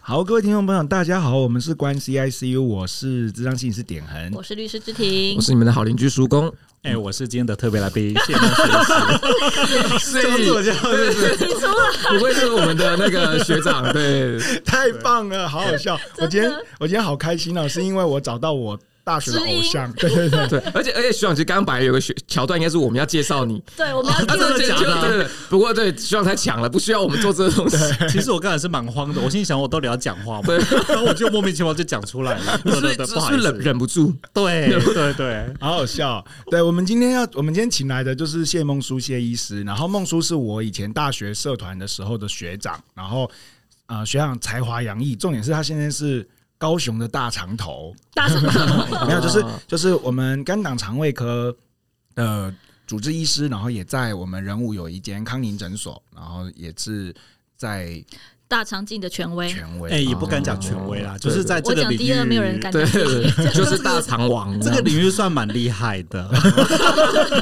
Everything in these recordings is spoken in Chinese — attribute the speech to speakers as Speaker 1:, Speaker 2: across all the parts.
Speaker 1: 好，各位听众朋友，大家好，我们是关 CICU，我是智商心理师点恒。
Speaker 2: 嗯我是律师之庭
Speaker 3: 我，是你们的好邻居叔公，
Speaker 4: 哎、我是今天的特别来宾，谢梦学
Speaker 3: 哦是
Speaker 1: 这么做这样是不是
Speaker 2: 听出了
Speaker 3: 不愧是我们的那个学长，对，
Speaker 1: 太棒了，好好 笑！我今天我今天好开心哦，是因为我找到我大学的偶像，对对对，
Speaker 3: 对，而且而且徐长其实刚刚本来有个学桥段，应该是我们要介绍你，
Speaker 2: 哦对，我们要
Speaker 3: 啊，
Speaker 2: 听
Speaker 3: 真的
Speaker 2: 我
Speaker 3: 假
Speaker 2: 讲
Speaker 3: 的？对对对，不过对徐长太强了，不需要我们做这个东西，
Speaker 4: 士。 其实我刚才是蛮慌的，我心里想我到底要讲话吗？然 后我就莫名其妙就讲出来了，对
Speaker 3: 所
Speaker 4: 对
Speaker 3: 以
Speaker 4: 对，
Speaker 3: 只
Speaker 4: 不好
Speaker 3: 是
Speaker 4: 意
Speaker 3: 忍
Speaker 4: 思，
Speaker 3: 忍不 住，
Speaker 4: 对对对，
Speaker 1: 好好笑。对，我们今天要我们今天请来的就是谢梦书谢医师，然后梦书是我以前大学社团的时候的学长，然后呃学长才华洋溢，重点是他现在是高雄的大长头，
Speaker 2: 大声
Speaker 1: 没有，就是就是我们肝胆肠胃科的呃主治医师，然后也在我们仁武有一间康宁诊所，然后也是在
Speaker 2: 大肠镜的权威，
Speaker 1: 权威。
Speaker 4: 哎、也不敢讲权威啦，就是在这
Speaker 2: 我
Speaker 4: 个
Speaker 2: 讲
Speaker 4: 领
Speaker 2: 第二，没有人
Speaker 4: 域。
Speaker 2: 敢
Speaker 3: 对
Speaker 2: 讲，第一。，
Speaker 3: 就是大肠王
Speaker 4: 这个领域算蛮厉害的，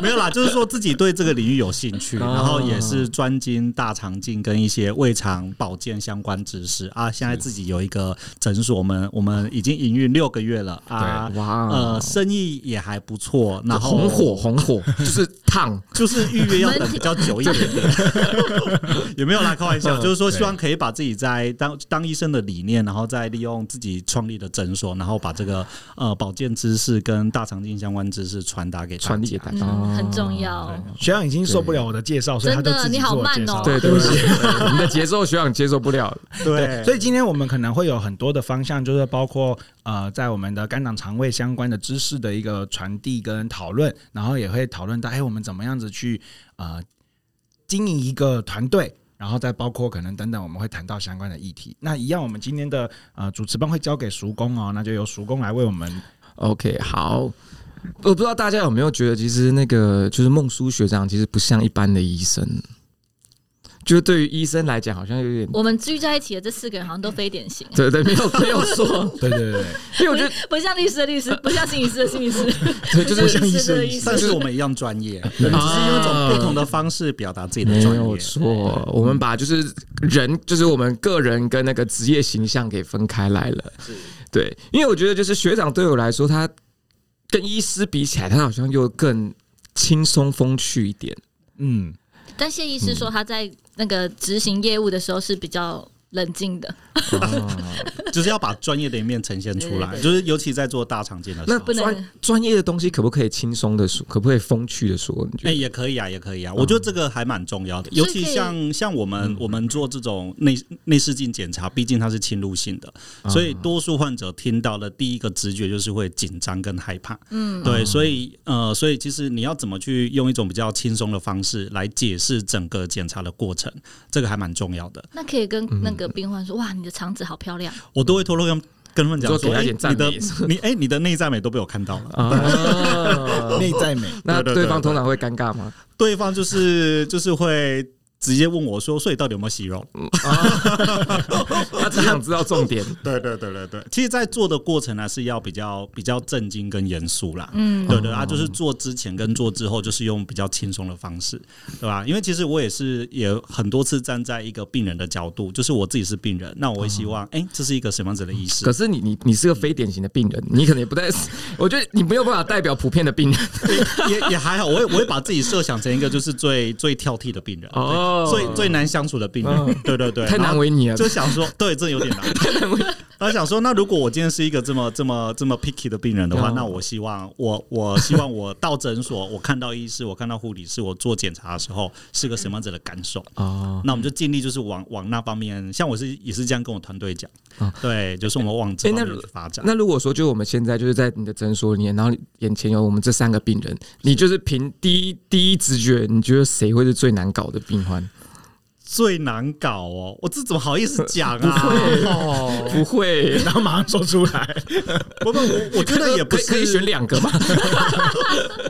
Speaker 4: 没有啦，就是说自己对这个领域有兴趣，
Speaker 3: 哦
Speaker 4: 然后也是专精大肠镜跟一些胃肠保健相关知识啊。现在自己有一个诊所，我们我们已经营运六个月了啊，
Speaker 3: 哇，
Speaker 4: 呃，生意也还不错，然后
Speaker 3: 红哦火红火，就是烫，
Speaker 4: 就是预约要等比较久一点的， 有没有啦？开玩
Speaker 3: 嗯
Speaker 4: 笑，就是说希望可以把自己在当当医生的理念，然后再利用自己创立的诊所，然后把这个呃保健知识跟大肠镜相关知识传达给大家
Speaker 3: 传递给大家，
Speaker 2: 嗯，很重要。
Speaker 1: 学长已经受不了我的介绍，所以他就自己自我介
Speaker 2: 真的
Speaker 1: 绍。
Speaker 2: 你好慢哦
Speaker 3: 对对对，对你的节奏学长接受不了，
Speaker 4: 对，
Speaker 1: 所以今天我们可能会有很多的方向，就是包括呃，在我们的肝胆肠胃相关的知识的一个传递跟讨论，然后也会讨论到，哎，我们怎么样子去呃经营一个团队，然后再包括可能等等，我们会谈到相关的议题。那一样，我们今天的呃主持棒会交给叔公哦，那就由叔公来为我们
Speaker 3: OK，好。我不知道大家有没有觉得，其实那个就是孟叔学长，其实不像一般的医生。就是对于医生来讲，好像有点
Speaker 2: 我们聚在一起的这四个人好像都非典型，
Speaker 3: 对对，没有没有说，
Speaker 1: 对对对对，
Speaker 3: 因为我 觉得
Speaker 2: 不像律师的律师，不像心理师 的心理师，
Speaker 3: 对，就
Speaker 2: 不
Speaker 3: 是
Speaker 2: 像医
Speaker 1: 生
Speaker 2: 的
Speaker 1: 医
Speaker 2: 医
Speaker 4: 但
Speaker 2: 师。
Speaker 4: 是我们一样 专业，我们只是用一种不同的方式表达自己的
Speaker 3: 啊没
Speaker 4: 专
Speaker 3: 有
Speaker 4: 业。
Speaker 3: 错，我们把就是人，就是我们个人跟那个职业形象给分开来了。对，因为我觉得就是学长对我来说，他跟医师比起来，他好像又更轻松风趣一点。
Speaker 1: 嗯。
Speaker 2: 但谢医师说他在那个执行业务的时候是比较冷静的，
Speaker 4: 就是要把专业的一面呈现出来，
Speaker 2: 对对对
Speaker 4: 就是尤其在做大肠镜的时
Speaker 3: 那
Speaker 4: 候。
Speaker 2: 不能
Speaker 3: 专专业的东西可不可以轻松的说？可不可以风趣的说？你觉
Speaker 4: 哎、
Speaker 3: 得？
Speaker 4: 也可以啊，也可以啊，
Speaker 3: 嗯
Speaker 4: 我觉得这个还蛮重要的，
Speaker 2: 所以
Speaker 4: 尤
Speaker 2: 可以
Speaker 4: 其像像我们、我们做这种内内视镜检查，毕竟它是侵入性的，
Speaker 3: 啊
Speaker 4: 所以多数患者听到的第一个直觉就是会紧张跟害怕。
Speaker 2: 嗯，
Speaker 4: 对，所以呃，所以其实你要怎么去用一种比较轻松的方式来解释整个检查的过程，这个还蛮重要的。
Speaker 2: 那可以跟那个病患说，哇，你的肠子好漂亮，
Speaker 4: 我都会透露跟跟他们讲
Speaker 3: 你说
Speaker 4: 说，
Speaker 3: 给他
Speaker 4: 哎、
Speaker 3: 一点赞
Speaker 4: 你的
Speaker 3: 美
Speaker 4: 你哎、你的内在美都被我看到了。
Speaker 3: 啊，
Speaker 1: 内在美，
Speaker 3: 那
Speaker 4: 对对对
Speaker 3: 哎对方通常会尴尬吗？
Speaker 4: 对方就是就是会直接问我说，所以到底有没有息肉？
Speaker 3: 啊 他只想知道重点。
Speaker 4: 对对对对对，其实，在做的过程呢，是要比较比较震惊跟严肃啦。
Speaker 2: 嗯，
Speaker 4: 对对啊，就是做之前跟做之后，就是用比较轻松的方式，对吧？因为其实我也是也很多次站在一个病人的角度，就是我自己是病人，那我会希望，哎、这是一个什么样子的医师
Speaker 3: 哦可？是你你你是个非典型的病人，你可能也不太， 我觉得你没有办法代表普遍的病人。
Speaker 4: 也也还好，我会我会把自己设想成一个就是最最挑剔的病人，
Speaker 3: 哦
Speaker 4: 最最难相处的病人，
Speaker 3: 嗯
Speaker 4: 对对对，
Speaker 3: 太
Speaker 4: 然
Speaker 3: 难
Speaker 4: 后
Speaker 3: 为你了。
Speaker 4: 就想说，对，这有点难。他想说，那如果我今天是一个这么这么这么 picky 的病人的话，
Speaker 3: 嗯
Speaker 4: 那我希望我我希望我到诊所，我看到医师，我看到护理师，我做检查的时候是个什么样子的感受？
Speaker 3: 哦，
Speaker 4: 那我们就尽力就是往往那方面，像我是也是这样跟我团队讲
Speaker 3: 哦，
Speaker 4: 对，就是我们往这
Speaker 3: 诶
Speaker 4: 方
Speaker 3: 哎那
Speaker 4: 面
Speaker 3: 如
Speaker 4: 去发展。
Speaker 3: 那如果说就我们现在就是在你的诊所里面，然后眼前有我们这三个病人，你就是凭第一第一直觉，你觉得谁会是最难搞的病患？
Speaker 4: 最难搞哦，我这怎么好意思讲
Speaker 3: 不
Speaker 4: 啊？
Speaker 3: 会
Speaker 4: 哦，
Speaker 3: 不会，
Speaker 1: 然后马上说出来，
Speaker 4: 不不，我我觉得也不
Speaker 3: 可以
Speaker 4: 是
Speaker 3: 可以选两个吗？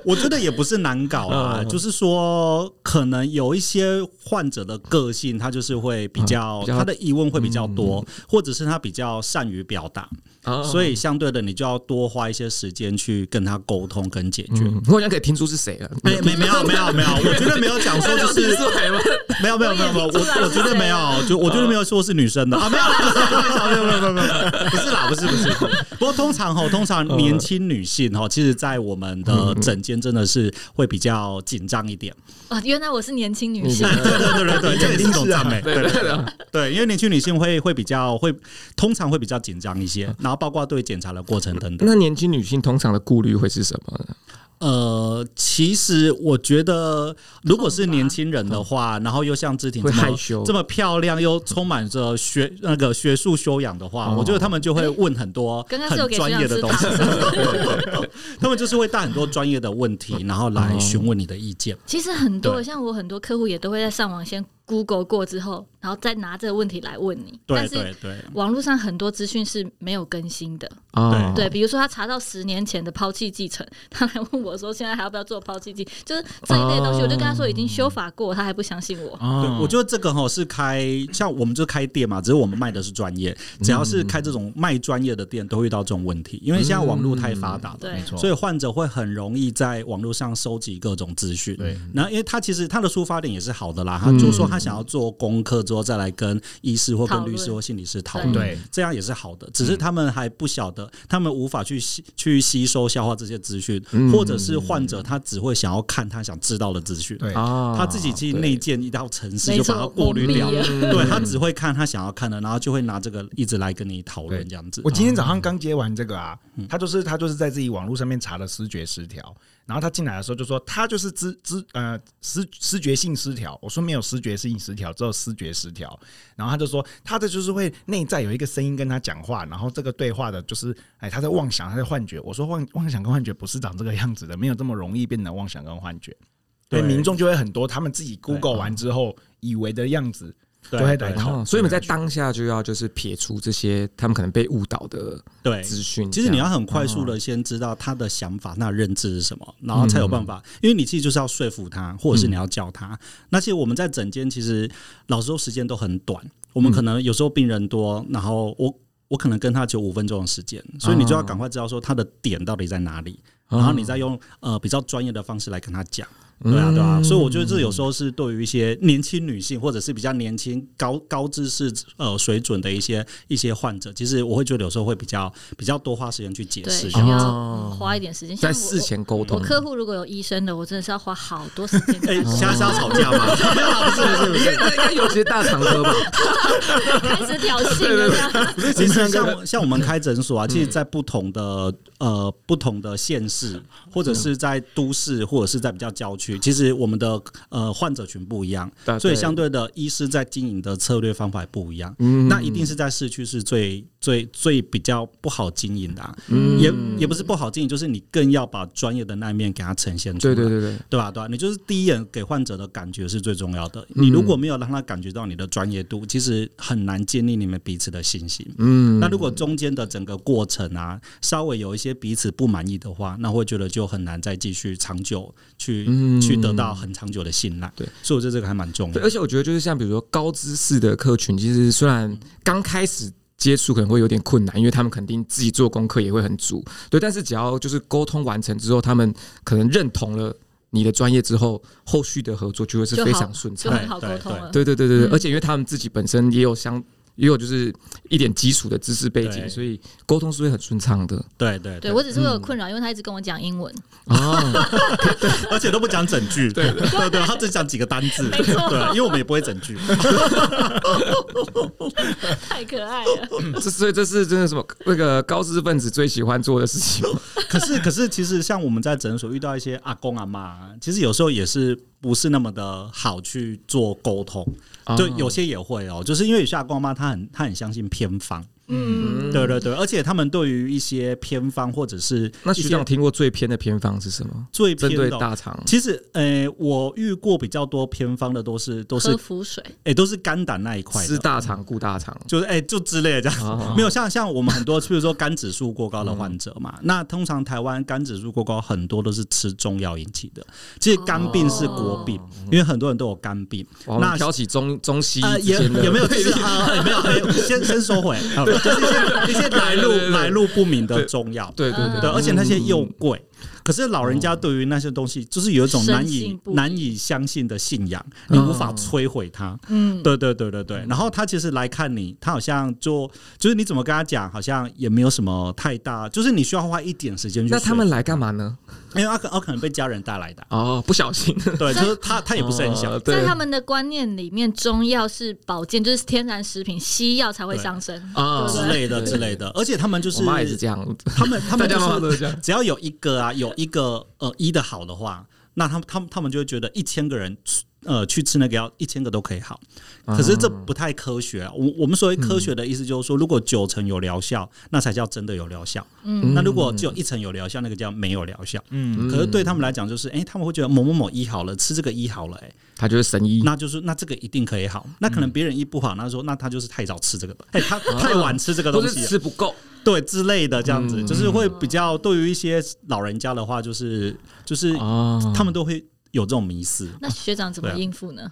Speaker 4: 我觉得也不是难搞啊，
Speaker 3: 嗯
Speaker 4: 就是说，可能有一些患者的个性，他就是会比
Speaker 3: 嗯
Speaker 4: 较，
Speaker 3: 比较
Speaker 4: 他的疑问会比较多，或者是他比较善于表达，
Speaker 3: 哦
Speaker 4: 所以相对的，你就要多花一些时间去跟他沟通跟解决。
Speaker 3: 嗯我 好像可以听出是谁了。
Speaker 4: 哎，没没有没有没有，我觉得没有讲说就
Speaker 3: 听
Speaker 4: 是
Speaker 3: 出来吗？
Speaker 4: 没有没有没有没有，有，我我觉得没有，就我觉得没有说是女生的啊，没有 啦，没有没有没有没有，不是啦，不是不是。不过通常哈，通常年轻女性哈，其实，在我们的整间真的是会比较紧张一点。
Speaker 2: 哦，原来我是年轻女性，
Speaker 4: 对对对对，这也是一种赞美，
Speaker 3: 对对对，
Speaker 4: 对，因为年轻女性会会比较会，通常会比较紧张一些，然后包括对检查的过程等等。
Speaker 3: 那年轻女性通常的顾虑会是什么呢？
Speaker 4: 呃，其实我觉得，如果是年轻人的话，然后又像志婷
Speaker 3: 嗯
Speaker 4: 这
Speaker 3: 会
Speaker 4: 么
Speaker 3: 害羞
Speaker 4: 这么漂亮，又充满着学那个学术修养的话，
Speaker 3: 哦
Speaker 4: 我觉得他们就会问很多
Speaker 2: 刚刚是有
Speaker 4: 很
Speaker 2: 给
Speaker 4: 专业的
Speaker 2: 学长
Speaker 4: 东
Speaker 2: 吃
Speaker 4: 西
Speaker 2: 糖，
Speaker 4: 他们就是会带很多专业的问 题，然后来询问你的意见。
Speaker 2: 其实很多
Speaker 4: 对
Speaker 2: 像我很多客户也都会在上网先 Google 过之后，然后再拿这个问题来问你。
Speaker 4: 对
Speaker 2: 但是
Speaker 4: 对对，
Speaker 2: 网络上很多资讯是没有更新的，
Speaker 3: 哦
Speaker 2: 对，，比如说他查到十年前的抛弃继承，他来问我说现在还要不要做抛弃继， 就是这一类的东西，
Speaker 3: 哦
Speaker 2: 我就跟他说已经修法过，他还不相信我。
Speaker 4: 对，
Speaker 3: 嗯
Speaker 1: 哦
Speaker 4: 我觉得这个哈是开像我们就开店嘛，只是我们卖的是专业，只要是开这种卖专业的店，都会遇到这种问题，因为现在网络太发达了。
Speaker 2: 对
Speaker 1: 没错，
Speaker 4: 所以患者会很容易在网络上收集各种资讯。
Speaker 1: 对，嗯
Speaker 4: 那因为他其实他的出发点也是好的啦，他就说他想要做功课之后再来跟医师或
Speaker 2: 讨
Speaker 4: 跟
Speaker 2: 论
Speaker 4: 律师或心理师讨论，
Speaker 1: 对嗯
Speaker 4: 这样也是好的。只是他们还不晓得，他们无法去吸去吸收消化这些资讯，
Speaker 1: 嗯
Speaker 4: 或者是患者他只会想要看他想知道的资讯。
Speaker 1: 对
Speaker 3: 啊
Speaker 4: 他自己其实内建一道程式，
Speaker 2: 没
Speaker 4: 就
Speaker 2: 错
Speaker 4: 把它过滤掉。
Speaker 1: 哦
Speaker 2: 我们
Speaker 4: 对他只会看他想要看的，然后就会拿这个一直来跟你讨论这样子。嗯
Speaker 1: 我今天早上刚接完这个啊，他就是他就是在自己网络上面查了视觉失调，然后他进来的时候就说他就是知知呃视视觉性失调，我说没有视觉性失调，只有视觉失调，然后他就说他的就是会内在有一个声音跟他讲话，然后这个对话的就是哎他在妄想他在幻觉，我说妄妄想跟幻觉不是长这个样子的，没有这么容易变成妄想跟幻觉，所以
Speaker 4: 对
Speaker 1: 民众就会很多他们自己 Google 完之后以为的样子就
Speaker 4: 对
Speaker 1: 会
Speaker 4: 对啊
Speaker 1: 来讨
Speaker 3: 哦，
Speaker 1: 论，
Speaker 3: 所以我们在当下就要就是撇除这些他们可能被误导的
Speaker 4: 对
Speaker 3: 资讯。
Speaker 4: 其实你
Speaker 3: 这
Speaker 4: 要
Speaker 3: 样嗯
Speaker 4: 很快速的先知道他的想法、那认知是什么，然后才有办
Speaker 3: 嗯
Speaker 4: 法，因为你其实就是要说服他，或者是你要教他。那其实我们在整间，其实老实说时间都很短，我
Speaker 3: 嗯
Speaker 4: 们可能有时候病人多，然后我。我可能跟他只有五分钟的时间，所以你就
Speaker 3: 哦
Speaker 4: 要赶快知道说他的点到底在哪里，然后你再用呃比较专业的方式来跟他讲，对啊对
Speaker 3: 嗯
Speaker 4: 啊，所以我觉得这有时候是对于一些年轻女性或者是比较年轻高高知识呃水准的一些一些患者，其实我会觉得有时候会比较比较多花时间去解
Speaker 2: 对，
Speaker 4: 释
Speaker 2: 需
Speaker 4: 这样。
Speaker 2: 要
Speaker 3: 哦
Speaker 2: 嗯花一点时间。像
Speaker 3: 在
Speaker 2: 我
Speaker 3: 事前沟
Speaker 2: 我
Speaker 3: 通，
Speaker 2: 客户如果有医生的，我真的是要花好多时间
Speaker 4: 哎
Speaker 2: 跟，他
Speaker 4: 瞎瞎吵架嘛？没有啦不是不
Speaker 3: 应
Speaker 4: 是不是
Speaker 3: 该应该有些大场合吧？
Speaker 4: 啊
Speaker 2: 开始挑衅了这样。
Speaker 4: 不是，其实像像我们开诊所啊，其实，在不同的呃不同的县市，或者是在都市，或者是在比较郊区，其实我们的呃患者群不一样
Speaker 3: 对，
Speaker 4: 所以
Speaker 3: 啊对
Speaker 4: 相对的医师在经营的策略方法也不一样。
Speaker 3: 嗯
Speaker 4: 那一定是在市区是最最最比较不好经营的、啊，
Speaker 3: 嗯
Speaker 4: 也也不是不好经营，就是你更要把专业的那一面给它呈现出来。
Speaker 3: 对对对对，
Speaker 4: 对吧？对吧？你就是第一眼给患者的感觉是最重要的。
Speaker 3: 嗯
Speaker 4: 你如果没有让他感觉到你的专业度，其实很难建立你们彼此的信心。
Speaker 3: 嗯，
Speaker 4: 那如果中间的整个过程啊，稍微有一些彼此不满意的话，那会觉得就很难再继续长久去、
Speaker 3: 嗯
Speaker 4: 去得到很长久的信赖。
Speaker 3: 对，
Speaker 4: 所以我觉得这个还蛮重要
Speaker 3: 对，
Speaker 4: 的
Speaker 3: 而。且我觉得就是像比如说高知识的客群，其实虽然刚开始接触可能会有点困难，因为他们肯定自己做功课也会很足，对。但是只要就是沟通完成之后，他们可能认同了你的专业之后，后续的合作就会是
Speaker 2: 就
Speaker 3: 非
Speaker 2: 好
Speaker 3: 常顺
Speaker 2: 就
Speaker 3: 畅。
Speaker 2: 很好沟
Speaker 4: 对
Speaker 2: 通
Speaker 4: 对
Speaker 2: 了。
Speaker 3: 对对对对对，
Speaker 2: 嗯
Speaker 3: 而且因为他们自己本身也有相。也有就是一点基础的知识背景，
Speaker 4: 对
Speaker 3: 所以沟通是会很顺畅的
Speaker 4: 对对
Speaker 2: 对我只是
Speaker 3: 嗯
Speaker 2: 会有困扰，因为他一直跟我讲英文，
Speaker 3: 啊。
Speaker 4: 而且都不讲整 句，对 对对，他只讲几个单字，
Speaker 2: 没错
Speaker 4: 对，因为我们也不会 整句。
Speaker 2: 太可爱了。
Speaker 3: 这所以这是真的什么那个高知识分子最喜欢做的事情吗，
Speaker 4: 可是可是，其实像我们在诊所遇到一些阿公阿妈，其实有时候也是不是那么的好去做沟通，
Speaker 3: 啊
Speaker 4: 就有些也会哦，就是因为有些阿公阿妈他很他很相信偏方，
Speaker 2: 嗯，
Speaker 4: 对对对，而且他们对于一些偏方或者是
Speaker 3: 那
Speaker 4: 一
Speaker 3: 学
Speaker 4: 些
Speaker 3: 长听过最偏的偏方是什么？
Speaker 4: 最
Speaker 3: 针
Speaker 4: 偏
Speaker 3: 对
Speaker 4: 的哦。
Speaker 3: 大肠
Speaker 4: 其实，呃，我遇过比较多偏方的都是都是
Speaker 2: 喝，符水，
Speaker 4: 哎、都是肝胆那一块的
Speaker 3: 吃大肠顾大肠，
Speaker 4: 就是哎、就之类的这样。
Speaker 3: 哦
Speaker 4: 没有像像我们很多，譬如说肝指数过高的患者
Speaker 3: 嗯
Speaker 4: 嘛，那通常台湾肝指数过高很多都是吃中药引起的。其实肝病是
Speaker 3: 哦
Speaker 4: 国病，因为很多人都有肝病。
Speaker 3: 哇，
Speaker 4: 嗯那
Speaker 3: 那挑起中中西
Speaker 4: 呃，
Speaker 3: 之
Speaker 4: 也
Speaker 3: 间的
Speaker 4: 也没有， 就是啊，也没有，哎先先收回，啊就是一些一些来
Speaker 3: 对对
Speaker 4: 路
Speaker 3: 对
Speaker 4: 来路不明的
Speaker 3: 对
Speaker 4: 中药，
Speaker 2: 嗯
Speaker 3: 对对对嗯
Speaker 4: 对，而且那些又贵，可是老人家对于那些东西，就是有一种难
Speaker 2: 深信
Speaker 4: 以
Speaker 2: 不疑
Speaker 4: 难以相信的信仰，你无法摧毁它。
Speaker 2: 嗯，
Speaker 4: 对对对对对。然后他其实来看你，他好像就就是你怎么跟他讲，好像也没有什么太大，就是你需要花一点时间去说。
Speaker 3: 那他们来干嘛呢？，
Speaker 4: 因为他可他可能被家人带来的
Speaker 3: 哦，不小心，
Speaker 4: 对，就是他他也不是很想
Speaker 3: 哦。
Speaker 2: 在
Speaker 3: 对
Speaker 2: 他们的观念里面，中药是保健，就是天然食品，西药才会伤身。
Speaker 3: 啊
Speaker 4: 之类的之类
Speaker 3: 的。
Speaker 4: 的，而且他们就是
Speaker 3: 我妈也是这样，
Speaker 4: 他们他们
Speaker 3: 大家
Speaker 4: 就
Speaker 3: 妈妈
Speaker 4: 是
Speaker 3: 都是这样。
Speaker 4: 只要有一个啊，有一个呃医的好的话，那他们他们他们就会觉得一千个人呃去吃那个药，一千个都可以好。
Speaker 3: 嗯
Speaker 4: 可是这不太科学、啊。我我们所谓科学的意思就是说，如果九成有疗效，
Speaker 3: 嗯
Speaker 4: 那才叫真的有疗效。
Speaker 2: 嗯
Speaker 4: 那如果只有一层有疗效，那个叫没有疗效。
Speaker 1: 嗯，
Speaker 3: 嗯
Speaker 4: 可是对他们来讲，就是哎、诶他们会觉得某某某医好了，吃这个医好了、诶
Speaker 3: 他就是神医，
Speaker 4: 那就是那这个一定可以好。那可
Speaker 3: 嗯
Speaker 4: 能别人医不好，那说那他就是太早 吃这个，哎、他太晚吃这个
Speaker 3: 不
Speaker 4: 东
Speaker 3: 是
Speaker 4: 西啊了，
Speaker 3: 吃不够，
Speaker 4: 对之类的，这样子、
Speaker 3: 嗯
Speaker 4: 就是会比较对于一些老人家的话，就是就是
Speaker 3: 哦
Speaker 4: 他们都会有这种迷思。
Speaker 2: 那学长怎么应付呢？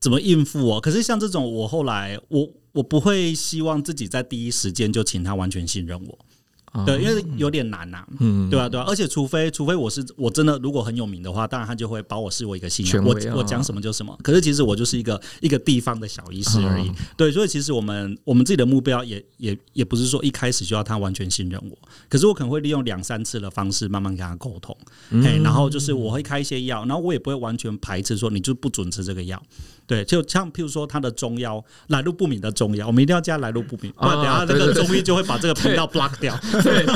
Speaker 4: 怎么应付我？可是像这种，我后来我我不会希望自己在第一时间就请他完全信任我，对，因为有点难呐、
Speaker 3: 哦嗯
Speaker 4: 对啊，对啊，而且除非除非我是我真的如果很有名的话，当然他就会把我视为一个信仰，
Speaker 3: 权威啊
Speaker 4: 我我讲什么就什么。可是其实我就是一个一个地方的小医师而已。
Speaker 3: 嗯
Speaker 4: 对，所以其实我们我们自己的目标也也也不是说一开始就要他完全信任我，可是我可能会利用两三次的方式慢慢跟他沟通，
Speaker 3: 嗯
Speaker 4: 嘿，然后就是我会开一些药，然后我也不会完全排斥说你就不准吃这个药。对，就像譬如说他的中药来路不明的中药，我们一定要加来路不明，不然等下
Speaker 3: 啊
Speaker 4: 那个
Speaker 3: 对对对
Speaker 4: 中医就会把这个频道 block 掉。
Speaker 3: 对，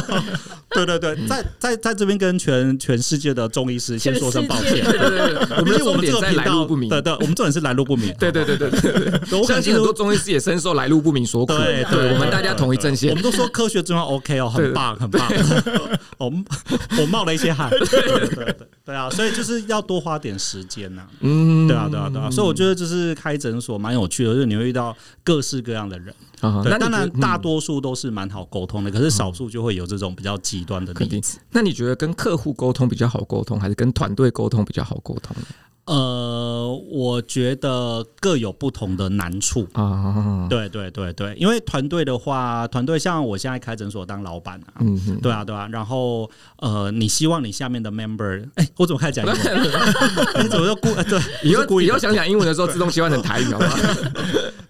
Speaker 4: 对对对，在在在这边跟全全世界的中医师先说声抱歉。
Speaker 3: 对对对，我
Speaker 4: 毕
Speaker 3: 们的
Speaker 4: 竟我
Speaker 3: 重
Speaker 4: 们这
Speaker 3: 点
Speaker 4: 个
Speaker 3: 在
Speaker 4: 频
Speaker 3: 来
Speaker 4: 道，
Speaker 3: 路不明。
Speaker 4: 对对，我们重点是来路不明。
Speaker 3: 对对对对对对，
Speaker 4: 对，我
Speaker 3: 相
Speaker 4: 感觉
Speaker 3: 信很多中医师也深受来路不明所苦。
Speaker 4: 对对，
Speaker 3: 我们大家同一阵
Speaker 4: 我
Speaker 3: 线
Speaker 4: 们。都说科学中药 OK 哦，很棒很棒。 我们我冒了一 些汗，对对对对对啊，所以就是要多花点时间呐。
Speaker 3: 嗯，
Speaker 4: 对啊对啊对啊，所以我觉得就是开诊所蛮有趣的，就是你会遇到各式各样的人。
Speaker 3: 啊
Speaker 4: 对，
Speaker 3: 那你
Speaker 4: 当然
Speaker 3: 觉得
Speaker 4: 大
Speaker 3: 嗯
Speaker 4: 多数都是蛮好沟通的，可是少数就会有这种比较极端的
Speaker 3: 肯
Speaker 4: 例
Speaker 3: 定
Speaker 4: 子。。
Speaker 3: 那你觉得跟客户沟通比较好沟通，还是跟团队沟通比较好沟通
Speaker 4: 呃，我觉得各有不同的难处。
Speaker 3: 啊？
Speaker 4: 对对对对，因为团队的话，团队像我现在开诊所当老板啊，
Speaker 3: 嗯哼，
Speaker 4: 对啊对啊，然后呃，你希望你下面的 member，哎，我怎么开始讲 英文？你怎么就故呃 对，
Speaker 3: 以
Speaker 4: 不
Speaker 3: 后
Speaker 4: 是故意
Speaker 3: 以
Speaker 4: 的
Speaker 3: 后想想英文的时候，自动切换成台语好不好？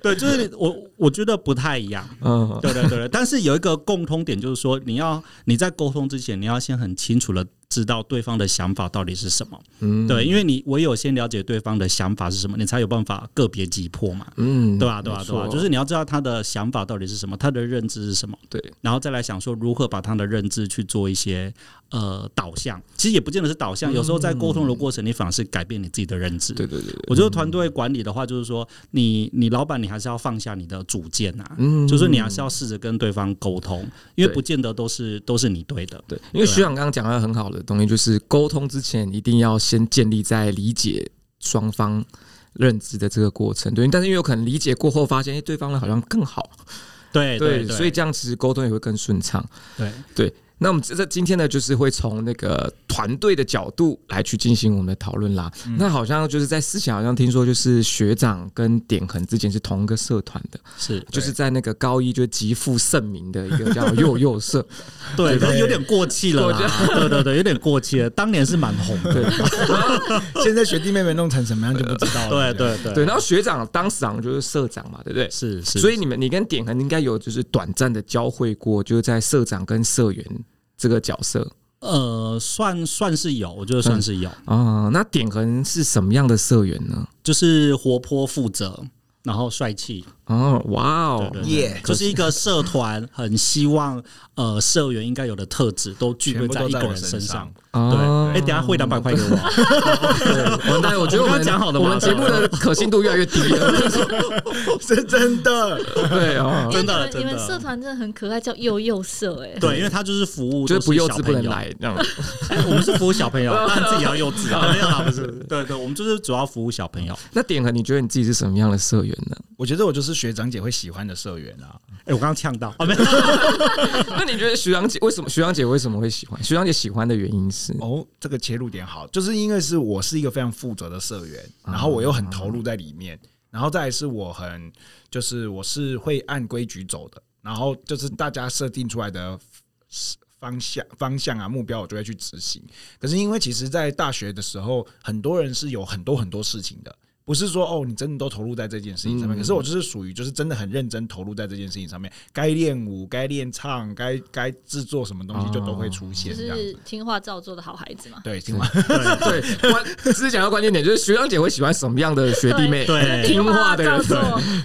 Speaker 4: 对，就是我我觉得不太一样。
Speaker 3: 嗯，
Speaker 4: 对对对对，但是有一个共通点，就是说你要你在沟通之前，你要先很清楚的知道对方的想法到底是什么。
Speaker 3: 嗯
Speaker 4: 对，因为你唯有先了解对方的想法是什么，你才有办法个别击破嘛。
Speaker 3: 嗯，
Speaker 4: 对啊吧、对吧、
Speaker 3: 没
Speaker 4: 对吧、
Speaker 3: 错
Speaker 4: 就是你要知道他的想法到底是什么，他的认知是什么，
Speaker 3: 对，
Speaker 4: 然后再来想说如何把他的认知去做一些呃导向。其实也不见得是导向，有时候在沟通的过程，你反而是改变你自己的认知。
Speaker 3: 嗯对对对对，
Speaker 4: 我觉得团队管理的话，就是说你你老板你还是要放下你的主见呐、
Speaker 3: 嗯
Speaker 4: 就是你还是要试着跟对方沟通，因为
Speaker 3: 对
Speaker 4: 不见得都是都是你对的。
Speaker 3: 对，因为
Speaker 4: 对啊
Speaker 3: 徐长刚刚讲到很好的东西，就是沟通之前一定要先建立在理解双方认知的这个过程，对。但是因为有可能理解过后发现，哎、对方的好像更好，
Speaker 4: 对哎对对，
Speaker 3: 所以这样其实沟通也会更顺畅。
Speaker 4: 对
Speaker 3: 对，那我们这这今天呢，就是会从那个团队的角度来去进行我们的讨论啦。
Speaker 4: 嗯
Speaker 3: 那好像就是在思想，好像听说就是学长跟点恒之前是同一个社团的，
Speaker 4: 是
Speaker 3: 就是在那个高一就极负盛名的一个叫幼幼 社，
Speaker 4: 对，
Speaker 1: 对
Speaker 4: 可是有点过气了啦。对对对，有点过气了，当年是蛮红 的。
Speaker 3: 对。
Speaker 1: 现在学弟妹妹弄成什么样就不知道了。
Speaker 4: 对对对
Speaker 3: 对，然后学长当时好像就是社长嘛，对不对？
Speaker 4: 是是，
Speaker 3: 所以你们你跟点恒应该有就是短暂的交汇过，就是在社长跟社员这个角色
Speaker 4: 呃，算算是有，我觉得算是有，
Speaker 1: 嗯
Speaker 3: 啊、那点恒是什么样的社员呢？
Speaker 4: 就是活泼、负责，然后帅气，
Speaker 3: 哦，哇
Speaker 4: 对
Speaker 3: 哦，
Speaker 4: 对
Speaker 1: 耶
Speaker 4: 对，就是一个社团很希望呃社员应该有的特质都具备
Speaker 1: 全部都
Speaker 4: 一个
Speaker 1: 在我
Speaker 4: 人
Speaker 1: 身
Speaker 4: 上
Speaker 1: 上。。嗯
Speaker 4: 对，
Speaker 3: 哦
Speaker 4: 哎，等一下汇两百块给我，
Speaker 3: 对完蛋，我觉得我 们
Speaker 4: 我们刚刚讲好的
Speaker 3: 我
Speaker 4: 嘛
Speaker 3: 们节目的可信度越来越低 了。
Speaker 1: 是真的。
Speaker 3: 对哦，
Speaker 4: 啊真的
Speaker 2: 因为你们你
Speaker 4: 真
Speaker 2: 们
Speaker 4: 的
Speaker 2: 社团真的很可爱，叫幼幼社哎、
Speaker 4: 对，因为他就是服务，
Speaker 3: 就是不幼稚
Speaker 4: 都是小
Speaker 3: 不能
Speaker 4: 朋友。
Speaker 3: 来这样。
Speaker 4: 哎，我们是服务小 朋友，但自己要幼稚啊，没有啦，不是，对对，我们就是主要服务小朋 友。
Speaker 1: 嗯
Speaker 3: 那点恒，你觉得你自己是什么样的社员呢？
Speaker 1: 我觉得我就是学长姐会喜欢的社员啊。
Speaker 4: 哎，我刚刚 呛到，哦，没有，
Speaker 3: 那你觉得徐长姐为什么徐长姐为什么会喜欢？徐长姐喜欢的原因是
Speaker 1: 哦，这个切入点好，就是因为是我是一个非常负责的社员，然后我又很投入在里面，然后再来是我很就是我是会按规矩走的，然后就是大家设定出来的方向方向啊目标，我就会去执行。可是因为其实，在大学的时候，很多人是有很多很多事情的，不是说哦，你真的都投入在这件事情上面。
Speaker 3: 嗯
Speaker 1: 可是我就是属于就是真的很认真投入在这件事情上面，该练舞、该练唱、该该制作什么东西，就都会出
Speaker 2: 就
Speaker 1: 现这样
Speaker 2: 是
Speaker 1: 子。
Speaker 2: 听话照做的好孩子嘛。
Speaker 1: 对，听完
Speaker 3: 对，关只是讲到关键点，就是学长姐会喜欢什么样的学弟妹？
Speaker 4: 对
Speaker 2: 听话
Speaker 3: 听
Speaker 2: 照
Speaker 3: 话的
Speaker 2: 做，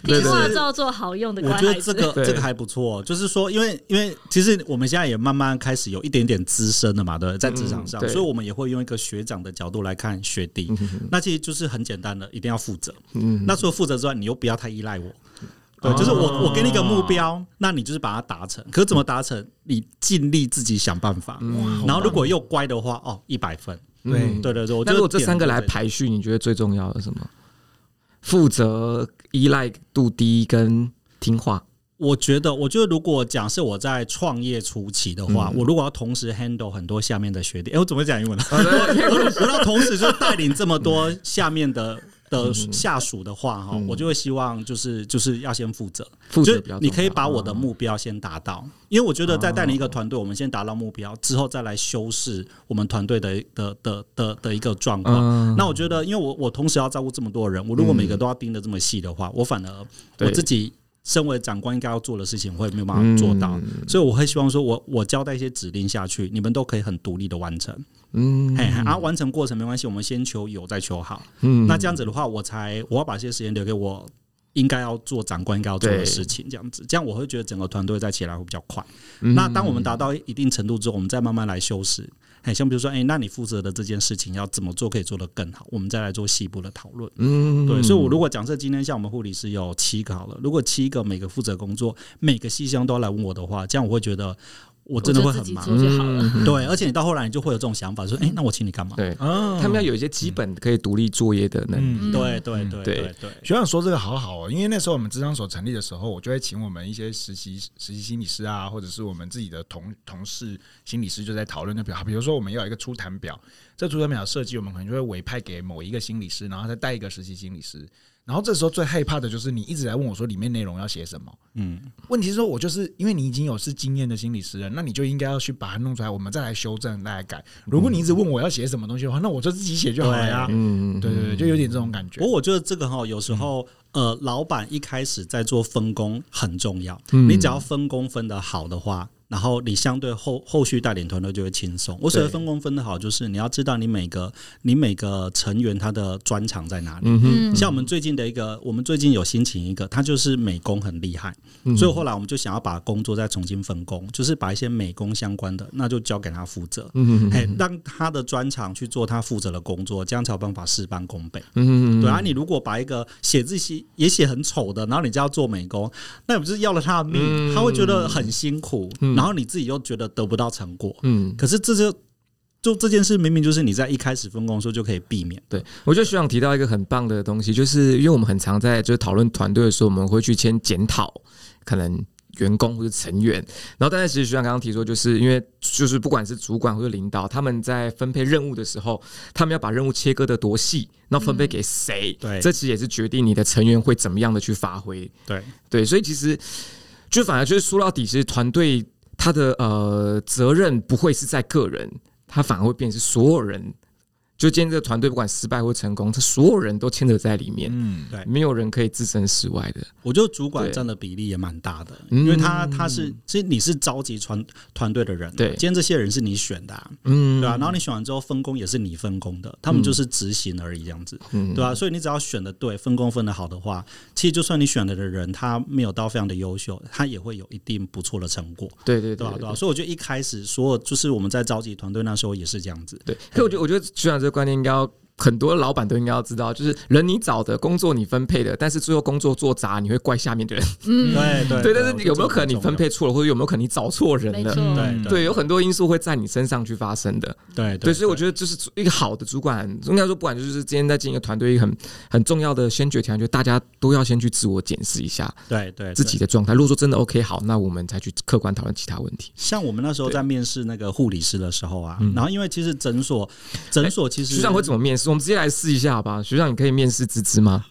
Speaker 3: 对对
Speaker 2: 听话
Speaker 4: 对
Speaker 2: 照做好用的乖
Speaker 4: 我觉
Speaker 2: 孩
Speaker 4: 得
Speaker 2: 子
Speaker 4: 这。个
Speaker 3: 对
Speaker 4: 这个还不错，哦就是说，因为因为其实我们现在也慢慢开始有一点点资深了嘛，对不对，在职场上，
Speaker 3: 嗯对
Speaker 4: 所以我们也会用一个学长的角度来看学弟。那其实就是很简单的，一定要负责。
Speaker 3: 嗯，
Speaker 4: 那除了负责之外，你又不要太依赖我。
Speaker 1: 哦
Speaker 4: 对，就是我，我给你一个
Speaker 3: 哦
Speaker 4: 目标，那你就是把它达成。可是怎么达成？你尽力自己想办法。
Speaker 3: 嗯
Speaker 4: 然后如果又乖的话，哦，一百分。
Speaker 1: 对
Speaker 4: 对对对，我
Speaker 3: 那
Speaker 4: 觉得
Speaker 3: 如果这
Speaker 4: 点
Speaker 3: 三个
Speaker 4: 就
Speaker 3: 来
Speaker 4: 这个
Speaker 3: 排序，你觉得最重要的是什么？负责、依赖度低跟听话。
Speaker 4: 我觉得，我觉得如果假设我在创业初期的
Speaker 3: 嗯
Speaker 4: 话，我如果要同时 handle 很多下面的学弟，哎、我怎么会讲英文呢？我 我要同时就带领这么多下 面的。的
Speaker 3: 嗯
Speaker 4: 下属的话，哈、我就会希望就是就是要先负责，
Speaker 3: 负责
Speaker 4: 就
Speaker 3: 比较重要嗯哦
Speaker 4: 你可以把我的目标先达到，因为我觉得在带领一个团队，我们先达到目标之后，再来修饰我们团队的的的的的一个状况。
Speaker 3: 嗯，
Speaker 4: 那我觉得，因为我我同时要照顾这么多人，我如果每个都要盯得这么细的话，我反而
Speaker 3: 对
Speaker 4: 我自己身为长官应该要做的事情，我也没有办法做到。
Speaker 3: 嗯
Speaker 4: 所以我会希望说我，我交代一些指令下去，你们都可以很独立的完成。
Speaker 3: 嗯
Speaker 4: 哎、啊，完成过程没关系，我们先求有，再求好。
Speaker 3: 嗯
Speaker 4: 那这样子的话，我才我要把这些时间留给我。应该要做长官应该要做的事情，这样子，这样我会觉得整个团队再起来会比较快。那当我们达到一定程度之后，我们再慢慢来修饰。哎，像比如说，哎、那你负责的这件事情要怎么做可以做得更好？我们再来做细部的讨论。
Speaker 3: 嗯
Speaker 4: 对，所以我如果假设今天像我们护理师有七个好了，如果七个每个负责工作，每个细项都要来问我的话，这样我会觉得我真的会很
Speaker 2: 我就
Speaker 4: 忙。
Speaker 2: 自己做就好了。
Speaker 4: 对，而且你到后来你就会有这种想法，说，哎、那我请你干嘛？
Speaker 3: 对，
Speaker 1: 啊
Speaker 3: 他们要有一些基本可以独立作业的能力。
Speaker 1: 嗯
Speaker 4: 对对
Speaker 3: 对
Speaker 4: 对对对，
Speaker 1: 学长说这个好好哦，因为那时候我们智商所成立的时候，我就会请我们一些实习实习心理师啊，或者是我们自己的同同事心理师就在讨论那表，比如说我们要有一个初谈表，这初谈表设计我们可能就会委派给某一个心理师，然后再带一个实习心理师。然后这时候最害怕的就是你一直来问我说里面内容要写什么，
Speaker 4: 嗯，
Speaker 1: 问题是说我就是因为你已经有是经验的心理师了，那你就应该要去把它弄出来，我们再来修正，再来改。如果你一直问我要写什么东西的话，那我就自己写就好了呀。
Speaker 3: 嗯，
Speaker 1: 对对对，就有点这种感觉
Speaker 4: 不。过我觉得这个哈，有时候呃，老板一开始在做分工很重要，
Speaker 3: 嗯
Speaker 4: 你只要分工分得好的话。然后你相对后后续带领团队就会轻松。我所谓
Speaker 3: 对
Speaker 4: 分工分得好，就是你要知道你每个你每个成员他的专长在哪里。
Speaker 3: 嗯哼，
Speaker 2: 嗯，
Speaker 4: 像我们最近的一个，我们最近有新请一个，他就是美工很厉害，
Speaker 3: 嗯
Speaker 4: 所以后来我们就想要把工作再重新分工，就是把一些美工相关的，那就交给他负责，
Speaker 3: 嗯
Speaker 4: 哎，让他的专长去做他负责的工作，这样才有办法事半功倍。
Speaker 3: 嗯
Speaker 4: 对啊，你如果把一个写字写也写很丑的，然后你就要做美工，那你不是要了他的命？
Speaker 3: 嗯
Speaker 4: 他会觉得很辛苦，然后你自己又觉得得不到成果。
Speaker 3: 嗯，
Speaker 4: 可是这就就这件事，明明就是你在一开始分工的时候就可以避免。
Speaker 3: 对，我觉得学长提到一个很棒的东西，就是因为我们很常在就是讨论团队的时候，我们会去先检讨可能员工或者成员，然后但是其实学长刚刚提说，就是因为就是不管是主管或者领导，他们在分配任务的时候，他们要把任务切割的多细，那分配给谁，
Speaker 4: 对
Speaker 3: 这其实也是决定你的成员会怎么样的去发挥。
Speaker 4: 对，
Speaker 3: 对，所以其实就反而就是说到底，其实团队他的呃责任不会是在个人，他反而会变成是所有人。就今天这个团队不管失败或成功，他所有人都牵扯在里面，
Speaker 1: 嗯，
Speaker 4: 对
Speaker 3: 没有人可以置身事外的。
Speaker 4: 我觉得主管
Speaker 3: 对
Speaker 4: 占的比例也蛮大的，
Speaker 3: 嗯
Speaker 4: 因为他他是其实你是召集团团队的人啊，
Speaker 3: 对
Speaker 4: 今天这些人是你选的啊、
Speaker 3: 嗯，
Speaker 4: 对啊，然后你选完之后分工也是你分工的，他们就是执行而已，这样子，
Speaker 3: 嗯
Speaker 4: 对啊，所以你只要选的对，分工分的好的话，其实就算你选的的人他没有到非常的优秀，他也会有一定不错的成果，
Speaker 3: 对对
Speaker 4: 对
Speaker 3: 对
Speaker 4: 啊，对啊，
Speaker 3: 对
Speaker 4: 所以我觉得一开始所有就是我们在召集团队那时候也是这样子，
Speaker 3: 对。可我觉得，我觉得学长这个观念应该要很多老板都应该要知道，就是人你找的工作你分配的，但是最后工作做砸，你会怪下面的人。
Speaker 4: 对对
Speaker 3: 对，但是有没有可能你
Speaker 4: 我觉
Speaker 3: 分
Speaker 4: 得这个很重
Speaker 3: 配
Speaker 4: 要
Speaker 3: 错了，或者有没有可能你找错人
Speaker 2: 没
Speaker 3: 了？
Speaker 2: 错，
Speaker 4: 对
Speaker 3: 对，有很多因素会在你身上去发生的。
Speaker 4: 对
Speaker 3: 对，所以我觉得这是一个好的主管，应该说不管就是今天在进一个团队，一个很很重要的先决条件，就是大家都要先去自我检视一下
Speaker 4: 对对
Speaker 3: 自己的状态。如果说真的 OK 好，那我们才去客观讨论其他问题。
Speaker 4: 像我们那时候
Speaker 3: 对嗯
Speaker 4: 在面试那个护理师的时候啊，然后因为其
Speaker 3: 哎
Speaker 4: 实诊所诊所其实
Speaker 3: 学长会怎么面试？我们直接来试一下好吧？学长，你可以面试芝芝吗？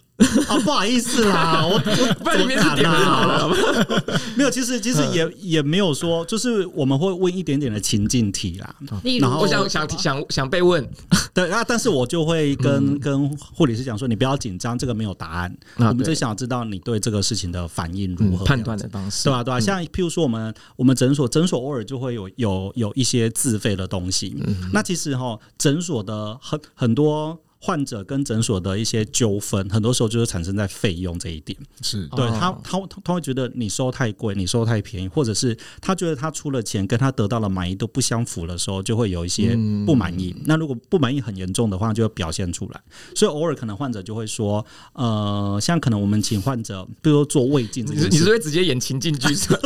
Speaker 4: 啊，不好意思啦，我我
Speaker 3: 不然你面试点人好嗯了，
Speaker 4: 没有，其实其实也也没有说，就是我们会问一点点的情境题啦，
Speaker 2: 例如
Speaker 4: 嗯然 后
Speaker 3: 我想想想想被问，
Speaker 4: 对啊，但是我就会跟跟护理师讲说，你不要紧张，这个没有答案，
Speaker 3: 嗯啊
Speaker 4: 我们
Speaker 3: 对
Speaker 4: 只想知道你对这个事情的反应如
Speaker 3: 嗯
Speaker 4: 何，
Speaker 3: 判断嗯
Speaker 4: 这
Speaker 3: 的方
Speaker 4: 样子。
Speaker 3: 式
Speaker 4: 对吧？对吧？像譬如说，我们我们诊所诊所偶尔就会有有有一些自费的东西。
Speaker 3: 嗯
Speaker 4: 那其实哈，诊所的很很多患者跟诊所的一些纠纷，很多时候就是产生在费用这一点。
Speaker 1: 是
Speaker 4: 对
Speaker 3: 哦
Speaker 4: 他，他他他会觉得你收太贵，你收太便宜，或者是他觉得他出了钱跟他得到了满意都不相符的时候，就会有一些
Speaker 3: 嗯
Speaker 4: 不满意。那如果不满意很严重的话，就会表现出来。所以偶尔可能患者就会说，呃，像可能我们请患者，比如说做胃镜这
Speaker 3: 你是
Speaker 4: 件
Speaker 3: 你是
Speaker 4: 事，
Speaker 3: 会直接演情 境剧是吧？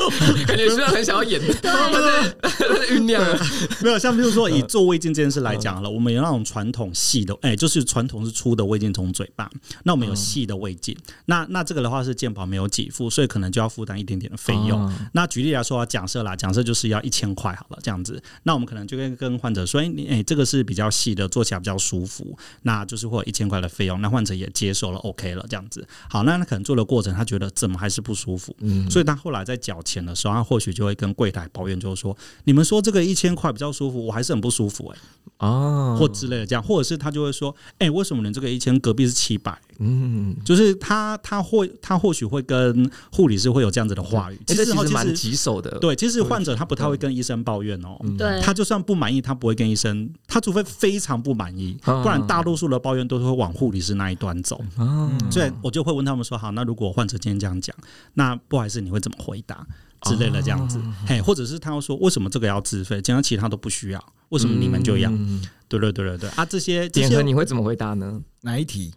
Speaker 3: 感觉虽然很想要 演，但是但是嗯酝酿了。
Speaker 4: 没有像比如说以做胃镜这件事来讲好了，我们有那种传统细的，哎、就是传统是粗的胃镜从嘴巴，那我们有
Speaker 3: 嗯
Speaker 4: 细的胃镜，那那这个的话是健保没有给付，所以可能就要负担一点点的费
Speaker 3: 哦
Speaker 4: 用。那举例来说啊，假设啦，假设就是要一千块好了，这样子，那我们可能就会跟患者说，哎、你哎、这个是比较细的，做起来比较舒服，那就是会有一千块的费用，那患者也接受了，OK 了，这样子。好，那他可能做的过程，他觉得怎么还是不舒服，
Speaker 3: 嗯
Speaker 4: 所以他后来在缴钱的时候，他或许就会跟柜台抱怨，就是说，你们说这个一千块比较舒服，我还是很不舒服、哎，
Speaker 3: 哦
Speaker 4: 或之类的这样，或者是他就会说，哎、为什么你这个一千，隔壁是七百？
Speaker 3: 嗯，
Speaker 4: 就是他他会他或许会跟护理师会有这样子的话语，
Speaker 3: 哎这
Speaker 4: 哈
Speaker 3: 其实蛮棘手的。，嗯
Speaker 4: 对，其实患者他不太会跟医生抱怨哦。
Speaker 2: 对，
Speaker 4: 他就算不满意，他不会跟医生，他除非非常不满意，
Speaker 3: 啊
Speaker 4: 不然大多数的抱怨都是会往护理师那一端走。
Speaker 3: 啊，
Speaker 4: 所以我就会问他们说：“好，那如果患者今天这样讲，那不好意思，你会怎么回答之类的这样
Speaker 3: 哦
Speaker 4: 子？嘿，或者是他要说为什么这个要自费，其他其他都不需要，为什么你们就要？对对对对对啊，这些这
Speaker 3: 嗯点和
Speaker 4: 些。”
Speaker 3: 你会怎么回答呢？
Speaker 1: 哪一题？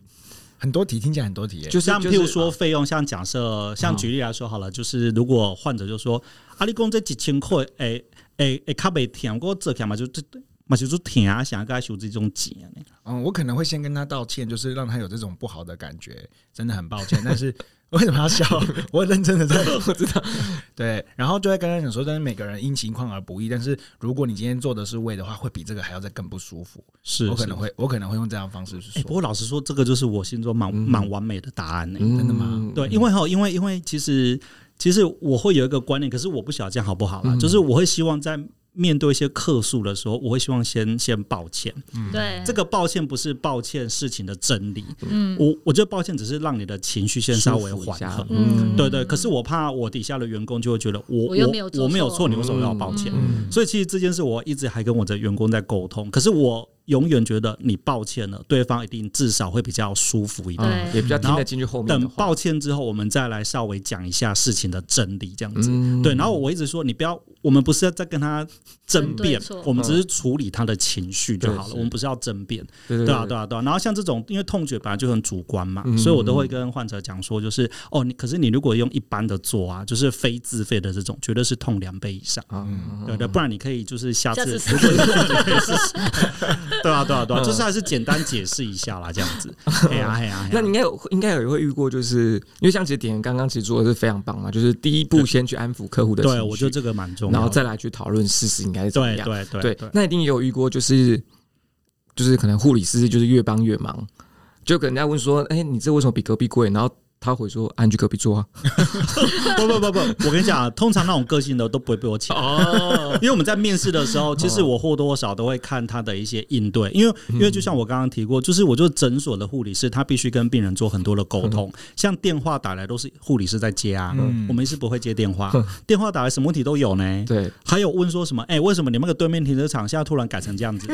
Speaker 1: 很多题，听起来很多题耶。
Speaker 3: 就是
Speaker 4: 像
Speaker 3: 就
Speaker 4: 譬
Speaker 3: 是啊
Speaker 4: 如说费用，像假设，像举例来说好了，就是如果患者就说：“阿力公这几千块，诶诶诶，卡被甜，我这起来嘛就这嘛就是甜啊，想要跟他收这种钱啊呢。”
Speaker 1: 嗯，我可能会先跟他道歉，就是让他有这种不好的感觉，真的很抱歉。但是为什么要笑？我认真的在，我知道。 对，然后就会跟他讲说，但是每个人因情况而不异。但是如果你今天做的是胃的话，会比这个还要再更不舒服。
Speaker 4: 是
Speaker 1: 我可能
Speaker 4: 是
Speaker 1: 会，我可能会用这样的方式去
Speaker 4: 哎、不
Speaker 1: 说。
Speaker 4: 过老实说，这个就是我心中蛮蛮、完美的答案呢、
Speaker 3: 嗯
Speaker 1: 真的吗
Speaker 4: 对，因为哈，因为因为其实其实我会有一个观念，可是我不晓得这样好不好啦。就是我会希望在面对一些客诉的时候，我会希望先先抱歉。
Speaker 2: 对
Speaker 4: 这个抱歉不是抱歉事情的真理，
Speaker 2: 嗯
Speaker 4: 我我觉得抱歉只是让你的情绪先稍微缓和。
Speaker 2: 嗯
Speaker 4: 对对，可是我怕我底下的员工就会觉得我
Speaker 2: 我又没有做
Speaker 4: 我没有
Speaker 2: 错
Speaker 4: 错，你为什
Speaker 3: 嗯
Speaker 4: 么要抱歉？所以其实这件事我一直还跟我的员工在沟通，可是我永远觉得你抱歉了，对方一定至少会比较舒服一点。
Speaker 2: 对
Speaker 3: 也比较听得进去嗯后面
Speaker 4: 等
Speaker 3: 的话
Speaker 4: 抱歉之后，我们再来稍微讲一下事情的真理，这样子。
Speaker 3: 嗯
Speaker 4: 对，然后我一直说，你不要，我们不是要在跟他争
Speaker 2: 争嗯对
Speaker 4: 辩
Speaker 2: 错，
Speaker 4: 我们只是处理他的情绪就好
Speaker 3: 嗯
Speaker 4: 了，
Speaker 3: 对是
Speaker 4: 我们不是要争辩。
Speaker 3: 对对嗯
Speaker 4: 对啊，对啊，对啊。然后像这种，因为痛觉本来就很主观嘛，所以我都会跟患者讲说，就是哦，你可是你如果用一般的做啊，就是非自费的这种，绝对是痛两倍以上。
Speaker 3: 啊，
Speaker 4: 对对，不然你可以就是下次
Speaker 2: 下次试
Speaker 4: 如果有自己可以试试 对啊，对啊，对
Speaker 3: 嗯
Speaker 4: 啊，就是还是简单解释一下啦，这样 子。哎呀，哎呀，嘿啊
Speaker 3: 嗯那你应该有，应该有会遇过，就是因为像其实点刚刚其实做的是非常棒嘛，就是第一步先去安抚客户的情绪，
Speaker 4: 对我觉得这个蛮重要的，
Speaker 3: 然后再来去讨论事实应该是怎么
Speaker 4: 对
Speaker 3: 样。
Speaker 4: 对对
Speaker 3: 对那一定也有遇过，就是就是可能护理师就是越帮越忙，就可能人家问说，哎、你这为什么比隔壁贵？然后他回说，啊，你去隔壁做啊。
Speaker 4: 不不不不，我跟你讲啊，通常那种个性的都不会被我请。
Speaker 3: 哦，
Speaker 4: 因为我们在面试的时候，其实我或多或少都会看他的一些应对，因为因为就像我刚刚提过，就是我就是诊所的护理师，他必须跟病人做很多的沟通，像电话打来都是护理师在接啊，
Speaker 1: 嗯
Speaker 4: 我们是不会接电话，电话打来什么问题都有呢，
Speaker 3: 对，
Speaker 4: 还有问说什么？哎、为什么你们那个对面停车场现在突然改成这样子？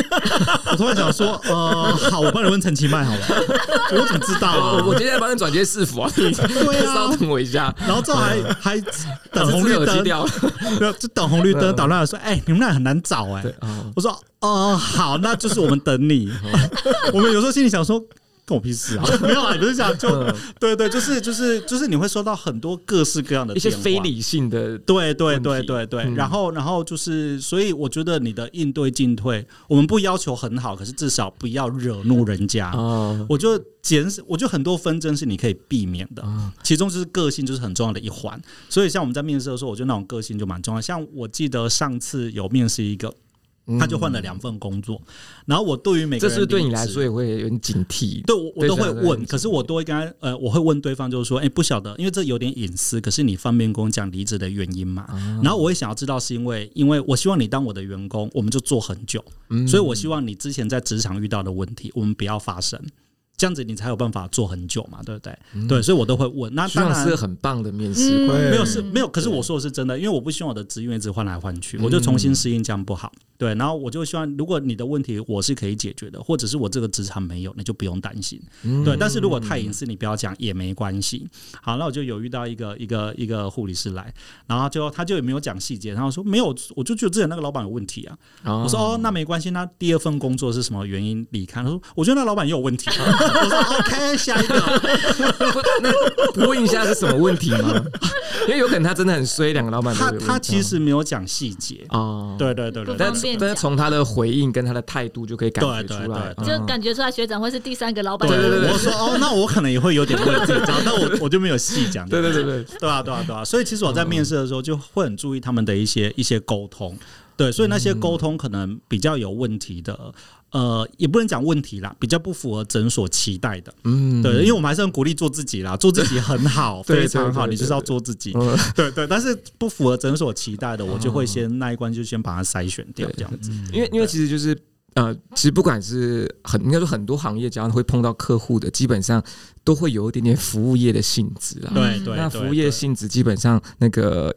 Speaker 4: 我突然想说，呃，好，我帮你问陈其迈好了， 我怎么知道
Speaker 3: 我
Speaker 4: 啊？
Speaker 3: 我今天帮你转接市府啊，你
Speaker 4: 对
Speaker 3: 稍
Speaker 4: 啊，
Speaker 3: 等我一下，
Speaker 4: 然后之后还还等红
Speaker 3: 这是
Speaker 4: 绿
Speaker 3: 耳机
Speaker 4: 灯，
Speaker 3: 掉了。
Speaker 4: 没有就等红绿灯，打乱了说，哎、你们那很难找哎、
Speaker 3: 对啊，
Speaker 4: 我说，哦、好，那就是我们等 你。我们有时候心里想说。跟我屁事啊！没有啊，也不是讲就
Speaker 3: 嗯
Speaker 4: 对对，就是就是就是你会收到很多各式各样的
Speaker 3: 一些
Speaker 4: 电话
Speaker 3: 非理性的
Speaker 4: 对
Speaker 3: 嗯
Speaker 4: 对
Speaker 3: 问
Speaker 4: 对
Speaker 3: 题
Speaker 4: 对对，
Speaker 3: 嗯
Speaker 4: 然后然后就是，所以我觉得你的应对进退，我们不要求很好，可是至少不要惹怒人家。
Speaker 3: 哦，
Speaker 4: 我就减少，我觉得很多纷争是你可以避免的，
Speaker 3: 嗯
Speaker 4: 其中就是个性就是很重要的一环。所以像我们在面试的时候，我觉得那种个性就蛮重要。像我记得上次有面试一个。他就换了两份工作。然后我对于每个
Speaker 3: 这
Speaker 4: 人
Speaker 3: 是不是对你
Speaker 4: 离职
Speaker 3: 来说也会有点警惕。
Speaker 4: 对我我
Speaker 3: 对
Speaker 4: 都
Speaker 3: 小
Speaker 4: 会
Speaker 3: 孩
Speaker 4: 问
Speaker 3: 很，
Speaker 4: 可是我都会跟他呃，我会问对方，就是说，哎、不晓得，因为这有点隐私，可是你方便跟我讲离职的原因嘛？然后我会想要知道，是因为因为我希望你当我的员工，我们就做很久，所以我希望你之前在职场遇到的问题，我们不要发生。这样子你才有办法做很久嘛，对不对？对，所以我都会问。那
Speaker 3: 希
Speaker 4: 当
Speaker 3: 望
Speaker 4: 然
Speaker 3: 是个很棒的面试官。
Speaker 2: 嗯
Speaker 1: 会
Speaker 4: 没有是没有，可是我说的是真的，因为我不希望我的职员一直换来换去，我就重新适应，这样不好。对，然后我就希望，如果你的问题我是可以解决的，或者是我这个职场没有，你就不用担心。对，但是如果太隐私，你不要讲也没关系。好，那我就有遇到一个一个一个护理师来，然后就他就也没有讲细节，然后说没有，我就觉得之前那个老板有问题啊。我
Speaker 3: 我
Speaker 4: 说哦，那没关系，那第二份工作是什么原因离开？他说我觉得那老板也有问题。啊我说哦 OK，下一个。
Speaker 3: 不问一下是什么问题吗？因为有可能他真的很衰，两个老板都
Speaker 4: 他
Speaker 3: 有
Speaker 4: 他其实没有讲细节。
Speaker 3: 哦，
Speaker 4: 对对对对，
Speaker 3: 但
Speaker 2: 方便
Speaker 3: 但是
Speaker 2: 讲
Speaker 3: 从他的回应跟他的态度就可以感觉
Speaker 4: 对
Speaker 3: 出
Speaker 4: 对
Speaker 3: 来，
Speaker 4: 对
Speaker 2: 就
Speaker 3: 嗯
Speaker 2: 感觉出来学长会是第三个老板。
Speaker 4: 对我说哦，那我可能也会有点问题，你知道，但我我就没有细讲。
Speaker 3: 对对对对，
Speaker 4: 对啊，对啊，对啊。所以其实我在面试的时候就会很注意他们的一些一些沟通，对，所以那些沟通可能比较有问题的，呃，也不能讲问题啦，比较不符合诊所期待的，
Speaker 3: 嗯，
Speaker 4: 对，因为我们还是很鼓励做自己啦，做自己很好，
Speaker 3: 对对
Speaker 4: 非常好，
Speaker 3: 对对
Speaker 4: 你就是要做自己，
Speaker 3: 嗯
Speaker 4: 对对。但是不符合诊所期待的，我就会先那一关就先把它筛选
Speaker 3: 哦
Speaker 4: 掉，这样子。
Speaker 1: 嗯
Speaker 3: 因为因为其实就是呃，其实不管是很应该说很多行业，只要会碰到客户的，基本上都会有一点点服务业的性质啦。
Speaker 4: 对对，
Speaker 3: 嗯那
Speaker 4: 对
Speaker 3: 服务业
Speaker 4: 对
Speaker 3: 性质基本上那个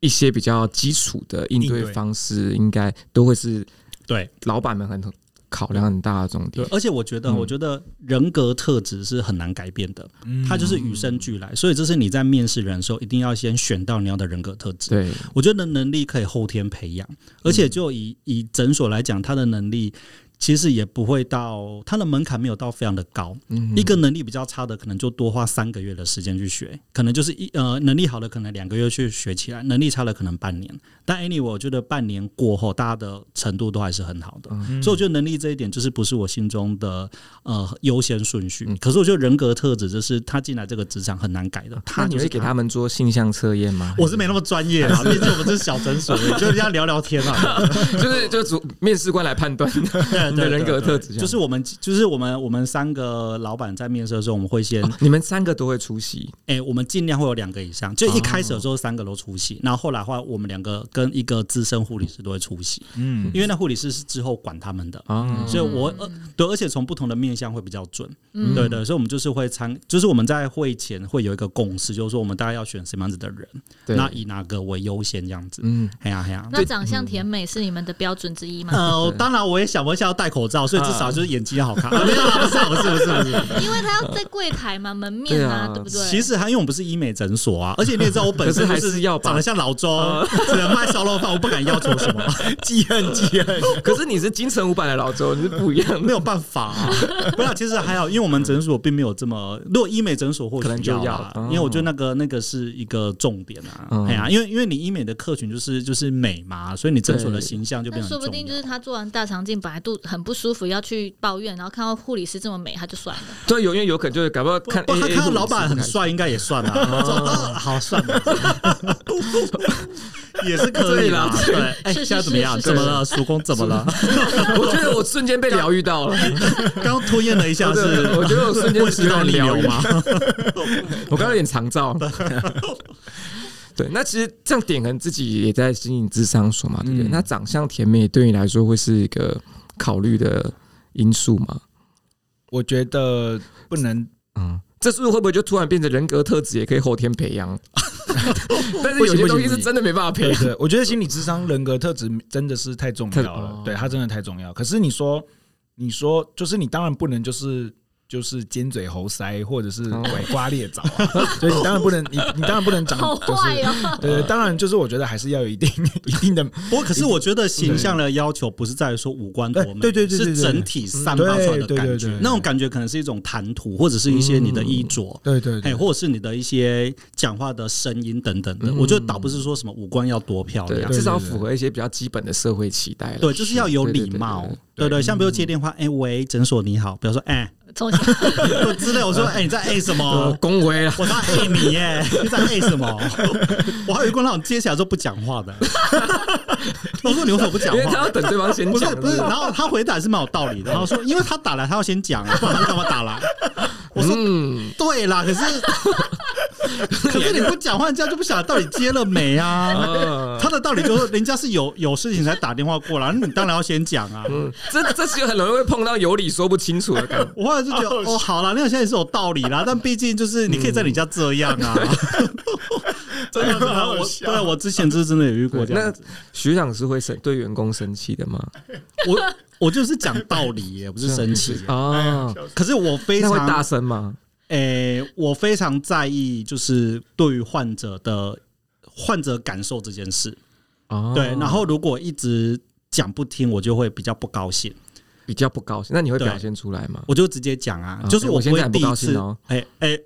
Speaker 3: 一些比较基础的应
Speaker 4: 应
Speaker 3: 对
Speaker 4: 对
Speaker 3: 方式，应该都会是
Speaker 4: 对。
Speaker 3: 老板们很考量很大的重
Speaker 4: 对
Speaker 3: 点，。
Speaker 4: 而且我觉得，
Speaker 3: 嗯
Speaker 4: 我觉得人格特质是很难改变的，
Speaker 1: 嗯
Speaker 4: 它就是与生俱来。所以这是你在面试人的时候，一定要先选到你要的人格特质。
Speaker 3: 对，
Speaker 4: 我觉得能力可以后天培养，而且就以以诊所来讲，他的能力。其实也不会到，他的门槛没有到非常的高。
Speaker 3: 嗯
Speaker 4: 一个能力比较差的，可能就多花三个月的时间去学，可能就是一呃能力好的，可能两个月去学起来，能力差的可能半年。但 anyway，我觉得半年过后，大家的程度都还是很好的。
Speaker 3: 嗯
Speaker 4: 所以我觉得能力这一点就是不是我心中的呃优先顺序。
Speaker 3: 嗯
Speaker 4: 可是我觉得人格特质就是他进来这个职场很难改的，
Speaker 3: 啊那
Speaker 4: 他
Speaker 3: 你
Speaker 4: 就是
Speaker 3: 会给他们做性向测验吗？
Speaker 4: 我是没那么专业啦，毕竟我们这是小诊所，就人家聊聊天啊。
Speaker 3: 就是就主面试官来判 断
Speaker 4: 对
Speaker 3: 你
Speaker 4: 对
Speaker 3: 的
Speaker 4: 对
Speaker 3: 人格
Speaker 4: 对
Speaker 3: 特质这样，
Speaker 4: 就是我们，就是我们，我们三个老板在面试的时候，我们会先，
Speaker 3: 哦你们三个都会出席，
Speaker 4: 哎，我们尽量会有两个以上，就一开
Speaker 3: 哦
Speaker 4: 始的时候三个都出席，然后后来的话，我们两个跟一个资深护理师都会出席，
Speaker 1: 嗯，
Speaker 4: 因为那护理师是之后管他们的。
Speaker 3: 哦
Speaker 4: 所以我，呃对，而且从不同的面向会比较准，
Speaker 2: 嗯
Speaker 4: 对对，所以我们就是会参，就是我们在会前会有一个共识，就是说我们大概要选什么样子的人，
Speaker 3: 对，
Speaker 4: 那以哪个为优先这样子，
Speaker 3: 嗯，
Speaker 4: 嘿呀嘿呀，
Speaker 2: 那长相甜美是你们的标准之一吗？
Speaker 4: 呃，当然我也想问一下要戴口罩，所以至少就是眼睛要好 看。啊没有啦，不是不是不是不是。
Speaker 2: 因为他要在柜台嘛，门面啊，
Speaker 3: 对啊
Speaker 2: 对不对？
Speaker 4: 嗯其实还因为我们不是医美诊所啊，而且你也知道我本身
Speaker 3: 可是还
Speaker 4: 就是
Speaker 3: 要吧
Speaker 4: 长得像老周， 只能卖烧肉饭，我不敢要求什么，
Speaker 1: 记恨记恨，
Speaker 3: 可是你是金城五版的老周，你是不一样
Speaker 4: 没
Speaker 3: 的，
Speaker 4: 有办法啊。不要，其实还好，因为我们诊所并没有这么，如果医美诊所或
Speaker 3: 可能
Speaker 4: 许
Speaker 3: 就要
Speaker 4: 啊
Speaker 3: 嗯，
Speaker 4: 因为我觉得那个那个是一个重点啊
Speaker 3: 嗯。
Speaker 4: 哎呀，因为因为你医美的客群就是就是美嘛，所以你诊所的
Speaker 3: 对
Speaker 4: 形象就变
Speaker 2: 那哎
Speaker 4: 得
Speaker 2: 说
Speaker 4: 很
Speaker 2: 不
Speaker 4: 重
Speaker 2: 定就
Speaker 4: 要。
Speaker 2: 是他做完大肠镜，本来肚很不舒服，要去抱怨，然后看到护理师这么美，他就 算了。
Speaker 3: 对，有因为有可能就是搞不好
Speaker 4: 不
Speaker 3: 看，哎
Speaker 4: 不，他
Speaker 3: AA
Speaker 4: 看到
Speaker 3: 或者
Speaker 4: 老板
Speaker 3: 是
Speaker 4: 很
Speaker 3: 不开心，
Speaker 4: 帅，应该也算啦。 我说啊好算了，也是可以啦。
Speaker 3: 对
Speaker 4: 对，哎，
Speaker 2: 是是
Speaker 4: 现在怎么样？
Speaker 2: 是是
Speaker 4: 怎么了，叔公？怎么了？
Speaker 3: 我觉得我瞬间被疗愈到了，
Speaker 4: 刚吞咽了一下，
Speaker 3: 对
Speaker 4: 啊是
Speaker 3: 我觉得我瞬间
Speaker 4: 胃食道逆
Speaker 3: 疗
Speaker 4: 流
Speaker 3: 愈
Speaker 4: 吗？
Speaker 3: 我刚刚有点长照。对，那其实这样点，可能自己也在经营智商所嘛，对不对？
Speaker 1: 嗯
Speaker 3: 那长相甜美对你来说会是一个考虑的因素吗？
Speaker 1: 我觉得不能
Speaker 3: 嗯，这是不是会不会就突然变成人格特质也可以后天培养？但是有些东西是真的没办法培
Speaker 1: 对
Speaker 3: 养。
Speaker 1: 对，我觉得心理智商、人格特质真的是太重要
Speaker 3: 太
Speaker 1: 了
Speaker 3: 哦，
Speaker 1: 对它真的太重要。可是你说，你说就是你当然不能就是就是尖嘴猴腮或者是
Speaker 3: 哦
Speaker 1: 拐瓜裂枣、啊， 所以你当然不能你你当然不能长
Speaker 2: 好
Speaker 1: 就
Speaker 2: 坏
Speaker 1: 是。
Speaker 2: 哦！
Speaker 1: 对对，当然就是我觉得还是要有一定 一定的
Speaker 4: 不过，可是我觉得形象的要求不是在于说五官多美，
Speaker 1: 对对对对对
Speaker 4: 是整体散发出来的
Speaker 1: 对对对
Speaker 4: 感
Speaker 1: 对
Speaker 4: 觉
Speaker 1: 对对。
Speaker 4: 那种感觉可能是一种谈吐，或者是一些你的衣着。
Speaker 1: 对对
Speaker 4: 哎，，或者是你的一些讲话的声音等等
Speaker 1: 嗯
Speaker 4: 的，我觉得倒不是说什么五官要多漂
Speaker 3: 对，
Speaker 4: 亮，
Speaker 3: 至少符合一些比较基本的社会期待了。
Speaker 4: 对，就是要有礼貌。对对，像比如接电话，哎、喂，诊所你好，比如说，哎、
Speaker 2: 重新
Speaker 4: 之类。我说，哎、你在 A 什
Speaker 3: 我
Speaker 4: 么？
Speaker 3: 恭维了，
Speaker 4: 我在 A 你耶，哎你在 A 什么？我还有一个那种接起来之后不讲话的。 我说你为什么不讲
Speaker 3: 因为他
Speaker 4: 话？
Speaker 3: 要等对方先
Speaker 4: 不是
Speaker 3: 讲。
Speaker 4: 不是，然后他回答还是蛮有道理的。然后说，因为他打来，他要先讲啊， 不然他干嘛打来？我说
Speaker 3: 嗯，
Speaker 4: 对啦，可是 可是你不讲话，人家就不晓得到底接了没啊。
Speaker 3: 啊
Speaker 4: 他的道理就是，人家是有有事情才打电话过来，那你当然要先讲啊。
Speaker 3: 嗯，这这就很容易会碰到有理说不清楚的感觉。
Speaker 4: 我后来就觉得，哦，好啦，那个现在是有道理啦，但毕竟就是你可以在你家这样啊。 真的，对啊我 对啊，我之前就是真的有遇过这
Speaker 3: 那
Speaker 4: 样子。
Speaker 3: 学长是会生对员工生气的吗？
Speaker 4: 我我就是讲道理耶， 不是生气耶。
Speaker 3: 啊，
Speaker 4: 可是我哎非
Speaker 3: 那会大
Speaker 4: 常，
Speaker 3: 声吗？
Speaker 4: 诶，我非常在意，就是对于患者的患者感受这件事。
Speaker 3: 啊，
Speaker 4: 对，然后如果一直讲不听，我就会比较不高兴，
Speaker 3: 比较不高兴，那你会
Speaker 4: 对
Speaker 3: 表现出来吗？
Speaker 4: 我就直接讲啊，
Speaker 3: 啊
Speaker 4: 就是
Speaker 3: 我
Speaker 4: 不
Speaker 3: 现在
Speaker 4: 会
Speaker 3: 很不
Speaker 4: 第一
Speaker 3: 高兴
Speaker 4: 次
Speaker 3: 哦，
Speaker 4: 哎哎，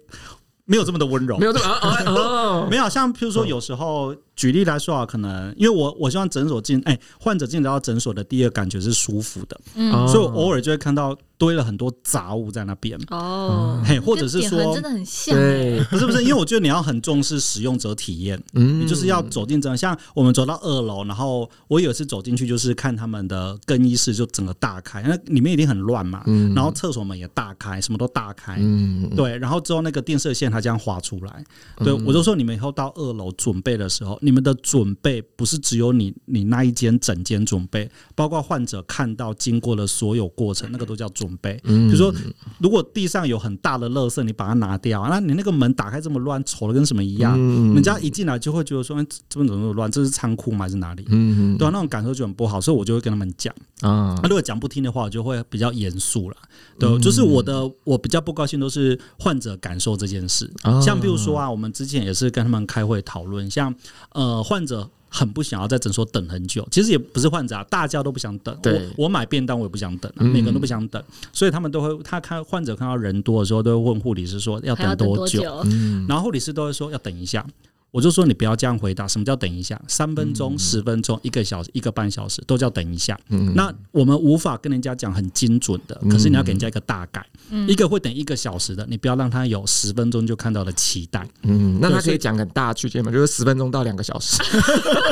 Speaker 4: 没有这么的温柔
Speaker 3: 没。有这么啊啊哦
Speaker 4: 没有，像譬如说，有时候举例来说啊，可能因为我我希望诊所进，哎、患者进到诊所的第一个感觉是舒服的，
Speaker 3: 哦
Speaker 2: 嗯
Speaker 4: 所以我偶尔就会看到堆了很多杂物在那边，
Speaker 2: 哦，
Speaker 4: 嘿，或者是
Speaker 2: 跟点痕
Speaker 4: 说
Speaker 2: 真，的很像欸，
Speaker 3: 对，
Speaker 4: 不是不是，因为我觉得你要很重视使用者体验，
Speaker 3: 嗯
Speaker 4: 你就是要走进整，像我们走到二楼，然后我有一次走进去就是看他们的更衣室就整个大开，那里面一定很乱嘛，
Speaker 3: 嗯
Speaker 4: 然后厕所门也大开，什么都大开，
Speaker 3: 嗯，
Speaker 4: 对，然后之后那个电射线它这样划出来，对、我
Speaker 3: 嗯
Speaker 4: 就说你们以后到二楼准备的时候，你们的准备不是只有你你那一间整间准备，包括患者看到经过的所有过程，那个都叫准备。
Speaker 3: 嗯
Speaker 4: 比如说，如果地上有很大的垃圾，你把它拿掉，啊那你那个门打开这么乱，丑的跟什么一样，
Speaker 3: 嗯
Speaker 4: 人家一进来就会觉得说，哎这边怎么那么乱？这是仓库吗？还是哪里？
Speaker 3: 嗯
Speaker 4: 对啊，那种感受就很不好，所以我就会跟他们讲。
Speaker 3: 啊
Speaker 4: 那、，如果讲不听的话，我就会比较严肃了。对，
Speaker 3: 嗯
Speaker 4: 就是我的我比较不高兴都是患者感受这件事。
Speaker 3: 啊
Speaker 4: 像比如说啊，我们之前也是跟他们开会讨论，像呃患者。很不想要在诊所等很久，其实也不是患者啊，大家都不想等。
Speaker 3: 对
Speaker 4: 我我买便当我也不想等、啊，
Speaker 3: 嗯
Speaker 4: 每个人都不想等，所以他们都会，他看患者看到人多的时候，都会问护理师说要
Speaker 2: 还要
Speaker 4: 等
Speaker 2: 等
Speaker 4: 多久，
Speaker 2: 久？
Speaker 3: 嗯
Speaker 4: 然后护理师都会说要等一下。我就说你不要这样回答，什么叫等一下？三分钟、十分钟、一个小时、一个半小时都叫等一下。
Speaker 3: 嗯
Speaker 4: 那我们无法跟人家讲很精准的，可是你要给人家一个大概，一个会等一个小时的，你不要让他有十分钟就看到的期待。
Speaker 3: 嗯，那他
Speaker 4: 对所
Speaker 3: 可
Speaker 4: 以
Speaker 3: 以讲很大的区间嘛，就是十分钟到两个小时，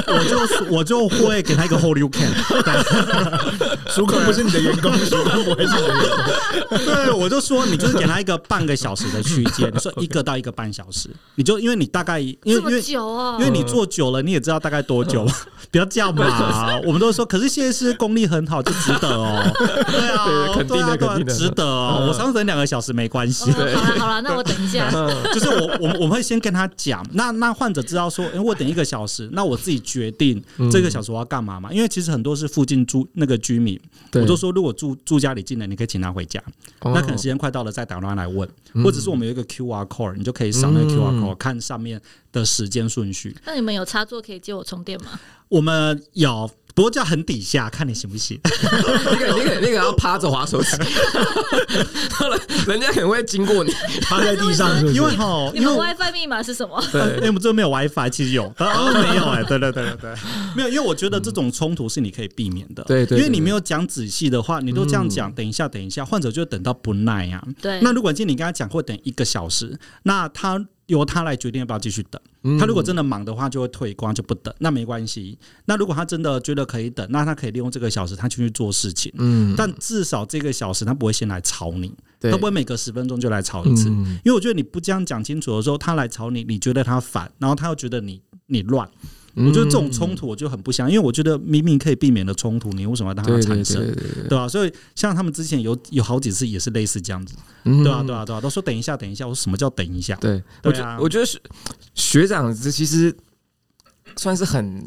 Speaker 4: 我就 我就会给他一个 hold you can，
Speaker 1: 叔公不是你的员工，叔公不会是你的员工。
Speaker 4: 对我就说你就是给他一个半个小时的区间，你说一个到一个半小时，你就因为你大概因为
Speaker 2: 这么
Speaker 4: 因为
Speaker 2: 久哦
Speaker 4: 因为，你做久了，你也知道大概多久，不要这样嘛。我们都说，可是现在是功力很好，就值得哦。对啊，
Speaker 3: 对肯定的
Speaker 4: 对啊对啊
Speaker 3: 肯定的
Speaker 4: 值得哦。
Speaker 3: 嗯
Speaker 4: 我上次等两个小时没关系
Speaker 2: 哦，好了好了，那我等一下，
Speaker 4: 就是我我们我们会先跟他讲，那那患者知道说，因哎为我等一个小时，那我自己决定
Speaker 3: 嗯
Speaker 4: 这个小时我要干嘛嘛。因为其实很多是附近住那个居民，
Speaker 3: 对
Speaker 4: 我就说如果住住家里近的，你可以请他回家。
Speaker 3: 哦嗯
Speaker 4: 那可能时间快到了再打电话来问，或者是我们有一个 QR code，你就可以扫那个 QR code 看上面的时间顺序。
Speaker 2: 那你们有插座可以借我充电吗？
Speaker 4: 我们有，不过叫很底下，看你行不行。
Speaker 3: 那个那个那个要趴着滑手机，人家可能会经过你，
Speaker 1: 趴在 地上是不是？
Speaker 4: 因为哈，
Speaker 2: 你
Speaker 4: 哦因为
Speaker 2: 们
Speaker 4: 我
Speaker 2: WiFi 密码是什么？
Speaker 4: 呃因
Speaker 3: 对
Speaker 4: 为我们这没有 WiFi，其实 有，哦，没有哎，对对对对对，没有，因为我觉得这种冲突是你可以避免的，
Speaker 3: 哦对对对嗯
Speaker 4: 因为你没有讲仔细的话，你都这样讲，等一下等一下，患者就会等到不耐呀。
Speaker 2: 对，
Speaker 4: 那如果今天你跟他讲会等一个小时，那他由他来决定要不要继续等。
Speaker 3: 嗯
Speaker 4: 他如果真的忙的话，就会退光就不等，那没关系。那如果他真的觉得可以等，那他可以利用这个小时，他去去做事情。
Speaker 3: 嗯
Speaker 4: 但至少这个小时他不会先来吵你，
Speaker 3: 对
Speaker 4: 他不会每隔十分钟就来吵一次。
Speaker 3: 嗯
Speaker 4: 因为我觉得你不这样讲清楚的时候，他来吵你，你觉得他烦，然后他又觉得你你乱。
Speaker 3: 嗯
Speaker 4: 我觉得这种冲突我就很不想，因为我觉得明明可以避免的冲突，你为什么要让它
Speaker 3: 对对
Speaker 4: 产
Speaker 3: 对
Speaker 4: 生？
Speaker 3: 对对，
Speaker 4: 对吧、所以像他们之前有有好几次也是类似这样子，
Speaker 3: 嗯
Speaker 4: 对啊，对啊，对啊，都说等一下，等一下，我说什么叫等一下？
Speaker 3: 对，我
Speaker 4: 对
Speaker 3: 觉
Speaker 4: 啊
Speaker 3: 我觉得学学长这其实算是很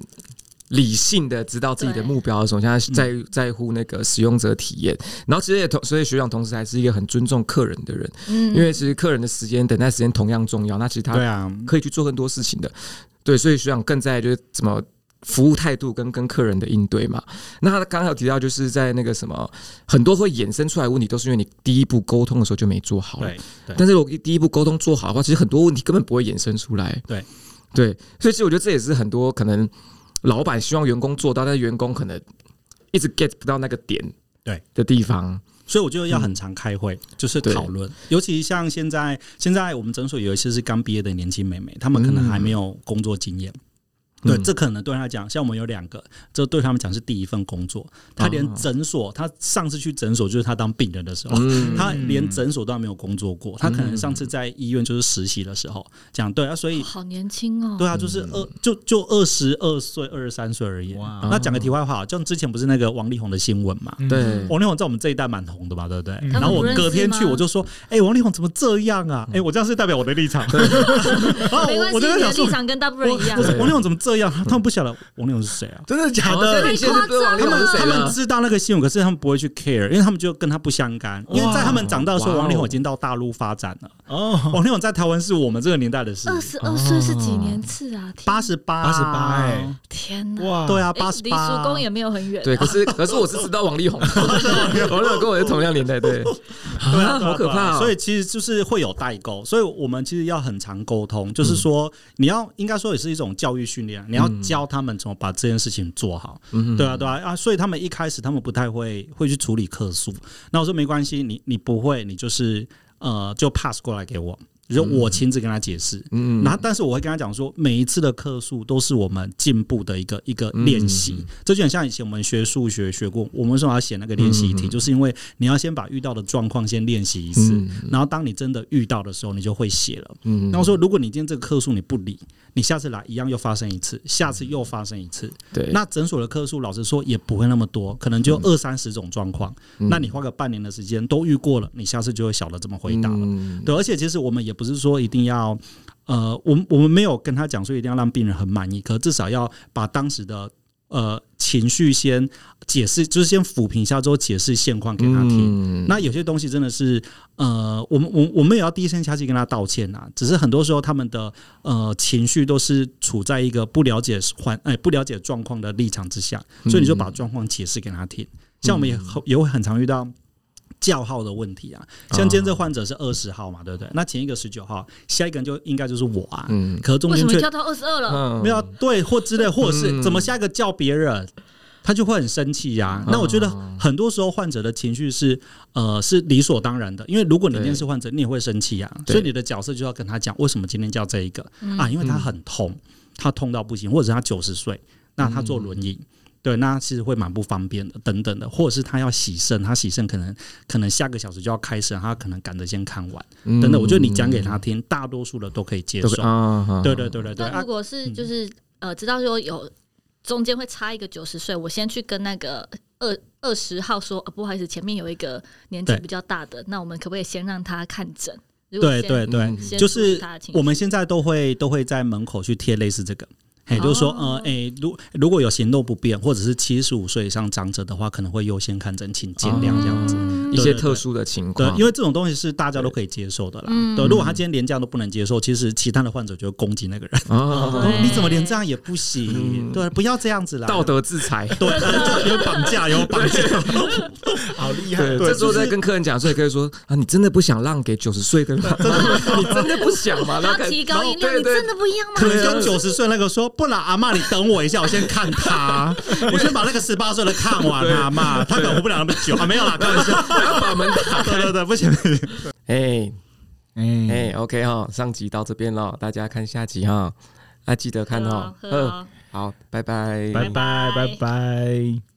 Speaker 3: 理性的，知道自己的
Speaker 2: 对
Speaker 3: 目标的时候，现在在在乎那个使用者体验，然后其实也同，所以学长同时还是一个很尊重客人的人，
Speaker 2: 嗯
Speaker 3: 因为其实客人的时间等待时间同样重要，那其实他
Speaker 4: 对啊，
Speaker 3: 可以去做更多事情的。对，所以学长更在意就是怎么服务态度跟跟客人的应对嘛。那他刚刚有提到，就是在那个什么，很多会衍生出来的问题，都是因为你第一步沟通的时候就没做好了。
Speaker 4: 对对
Speaker 3: 但是我第一步沟通做好的话，其实很多问题根本不会衍生出来。
Speaker 4: 对
Speaker 3: 对，所以其实我觉得这也是很多可能老板希望员工做到，但是员工可能一直 get 不到那个点
Speaker 4: 对
Speaker 3: 的地方。
Speaker 4: 所以我觉得要很常开会，就是讨论。尤其像现在，现在我们诊所有一些是刚毕业的年轻美眉，她们可能还没有工作经验。对，这可能对他来讲，像我们有两个，这对他们讲是第一份工作。他连诊所，他上次去诊所就是他当病人的时候，
Speaker 3: 嗯
Speaker 4: 他连诊所都还没有工作过。他可能上次在医院就是实习的时候，讲对啊，所以
Speaker 2: 好年轻哦。
Speaker 4: 对啊，就是二就就二十二岁、二十三岁而已。
Speaker 1: 哇
Speaker 4: 那讲个题外话，像之前不是那个王力宏的新闻嘛？
Speaker 3: 对，
Speaker 4: 王力宏在我们这一代蛮红的嘛，对不对？
Speaker 1: 嗯
Speaker 4: 然后我
Speaker 2: 他们不认识
Speaker 4: 隔天去
Speaker 2: 吗
Speaker 4: 我就说：“哎、王力宏怎么这样啊？哎、我这样是代表我的立场。 然后
Speaker 2: 没关系，你
Speaker 4: 我我就在
Speaker 2: 的
Speaker 4: 想说
Speaker 2: 立，场跟大部分人一样
Speaker 4: 我。说王力宏怎么这样？他们不晓得王力宏是谁啊？
Speaker 1: 真的假
Speaker 3: 哦这
Speaker 1: 的？
Speaker 3: 里现在不知道王力
Speaker 4: 他
Speaker 3: 宏
Speaker 4: 们
Speaker 3: 是谁
Speaker 4: 他们
Speaker 3: 了。
Speaker 4: 知道那个新闻，可是他们不会去 care，因为他们就跟他不相干。因为在他们长大的时候，
Speaker 3: 哇哦
Speaker 4: 王力宏已经到大陆发展了。
Speaker 1: 哦，
Speaker 4: 王力宏在台湾是我们这个年代的事，
Speaker 2: 二十二岁是几年次啊？天
Speaker 4: 哦八十八，
Speaker 1: 88哎，
Speaker 2: 天哪！
Speaker 1: 哇，
Speaker 4: 对
Speaker 1: 啊，
Speaker 4: 啊，
Speaker 2: 诶
Speaker 4: 八十
Speaker 2: 离
Speaker 4: 八，
Speaker 2: 哎叔公也没有很远。
Speaker 3: 对，可是可是我是知道王力宏，王力宏跟我是同样年代，对，
Speaker 4: 对啊，
Speaker 3: 啊，
Speaker 4: 对啊
Speaker 3: 好可
Speaker 4: 对啊
Speaker 3: 怕哦，
Speaker 4: 所以其实就是会有代沟，所以我们其实要很常沟通，就是说你要应该说也是一种教育训练，你要教他们怎么把这件事情做好。
Speaker 3: 嗯
Speaker 4: 对啊，对啊啊！所以他们一开始他们不太会会去处理客诉，那我说没关系，你你不会，你就是呃就 pass 过来给我。就我亲自跟他解释，嗯，然后但是我会跟他讲说，每一次的客诉都是我们进步的一个一个练
Speaker 3: 嗯
Speaker 4: 习，这就很像以前我们学数学学过，我们为什么要写那个练习
Speaker 3: 嗯
Speaker 4: 题，就是因为你要先把遇到的状况先练习一次，然后当你真的遇到的时候，你就会写了。
Speaker 3: 嗯
Speaker 4: 那我说，如果你今天这个客诉你不理，你下次来一样又发生一次，下次又发生一次，
Speaker 3: 嗯对，嗯
Speaker 4: 那诊所的客数，老实说也不会那么多，可能就二三十种状况。那你花个半年的时间都遇过了，你下次就会晓得怎么回答了。
Speaker 3: 嗯
Speaker 4: 对，而且其实我们也不是说一定要，呃，我们我们没有跟他讲说一定要让病人很满意，可至少要把当时的呃情绪先解释，就是先抚平一下之后解释现况给他听。
Speaker 3: 嗯
Speaker 4: 那有些东西真的是，呃，我们我我们也要低声下气跟他道歉啊。只是很多时候他们的呃情绪都是处在一个不了解环哎不了解状况的立场之下，
Speaker 3: 嗯
Speaker 4: 所以你就把状况解释给他听。像我们也很也会很常遇到。叫号的问题啊，像今天这患者是二十号嘛，对不对？那前一个十九号，下一个人就应该就是我啊。
Speaker 3: 嗯
Speaker 4: 可是中
Speaker 2: 为什
Speaker 4: 间
Speaker 2: 么
Speaker 4: 却
Speaker 2: 跳到二十二了？
Speaker 3: 嗯
Speaker 4: 没有啊对或之类，或者
Speaker 3: 嗯
Speaker 4: 是怎么下一个叫别人，他就会很生气
Speaker 3: 嗯
Speaker 4: 呀、那我觉得很多时候患者的情绪是呃是理所当然的，因为如果你今天是患者，你也会生气呀、
Speaker 3: 对嗯
Speaker 4: 所以你的角色就要跟他讲，为什么今天叫这一个、啊？因为他很痛，他痛到不行，或者是他九十岁，那他坐轮
Speaker 3: 嗯
Speaker 4: 椅。对，那其实会蛮不方便的，等等的，或者是他要洗肾，他洗肾可能可能下个小时就要开肾，他可能赶着先看完，等等。我觉得你讲给他听，大多数的都可以
Speaker 3: 嗯
Speaker 4: 接
Speaker 3: 都
Speaker 4: 受
Speaker 3: 可以。啊，好
Speaker 4: 对对对对对，
Speaker 2: 那
Speaker 4: 啊
Speaker 2: 如果是就是呃，知道说有中间会差一个九十岁，我先去跟那个二二十号说、呃，不好意思，前面有一个年纪
Speaker 4: 对
Speaker 2: 比较大的，那我们可不可以先让他看诊？如果
Speaker 4: 对
Speaker 2: 先
Speaker 4: 对对
Speaker 3: 嗯，
Speaker 2: 先
Speaker 4: 就
Speaker 2: 处理
Speaker 4: 是
Speaker 2: 他的情绪
Speaker 4: 我们现在都会都会在门口去贴类似这个。也就是说，呃
Speaker 2: 哦，
Speaker 4: 诶、如如果有行动不便，或者是七十五岁以上长者的话，可能会优先看诊，请见谅这样子。
Speaker 3: 啊一些特殊的情
Speaker 4: 对
Speaker 3: 况，，
Speaker 4: 因为这种东西是大家都可以接受的啦。
Speaker 2: 嗯
Speaker 4: 对，如果他今天连这样都不能接受，其实其他的患者就会攻击那个人，
Speaker 3: 啊，
Speaker 2: 对
Speaker 4: 你怎么连这样也不行？对，不要这样子啦。
Speaker 3: 嗯道德制裁。
Speaker 4: 对， 就有绑架，有绑 架。
Speaker 1: 好厉害
Speaker 3: 对，！
Speaker 4: 对
Speaker 3: 这时候
Speaker 4: 就是
Speaker 3: 在跟客人讲，所以可以说啊，你真的不想让给九十岁的人 吗？你真的不想吗？然后
Speaker 2: 他
Speaker 3: 看
Speaker 2: 提高音量，
Speaker 3: 对
Speaker 2: 你
Speaker 3: 对
Speaker 2: 真的不一样吗？
Speaker 4: 可能跟九十岁那个说，不然阿嬷你等我一下，我先看他，我先把那个十八岁的看完啊，阿嬷，他等活不了那么久啊，没有啦，开 玩笑，
Speaker 3: 我要 把门打
Speaker 4: 对
Speaker 3: 开。
Speaker 4: 对对，不行，
Speaker 3: 哎
Speaker 1: 哎，
Speaker 3: 哎，OK 哈，上集到这边了，大家看下集哈，那记得看
Speaker 2: 喝
Speaker 3: 哦
Speaker 2: 啊。喝
Speaker 3: 嗯，
Speaker 2: 啊
Speaker 3: 好，拜拜，
Speaker 1: 拜拜拜
Speaker 2: 拜
Speaker 1: 拜。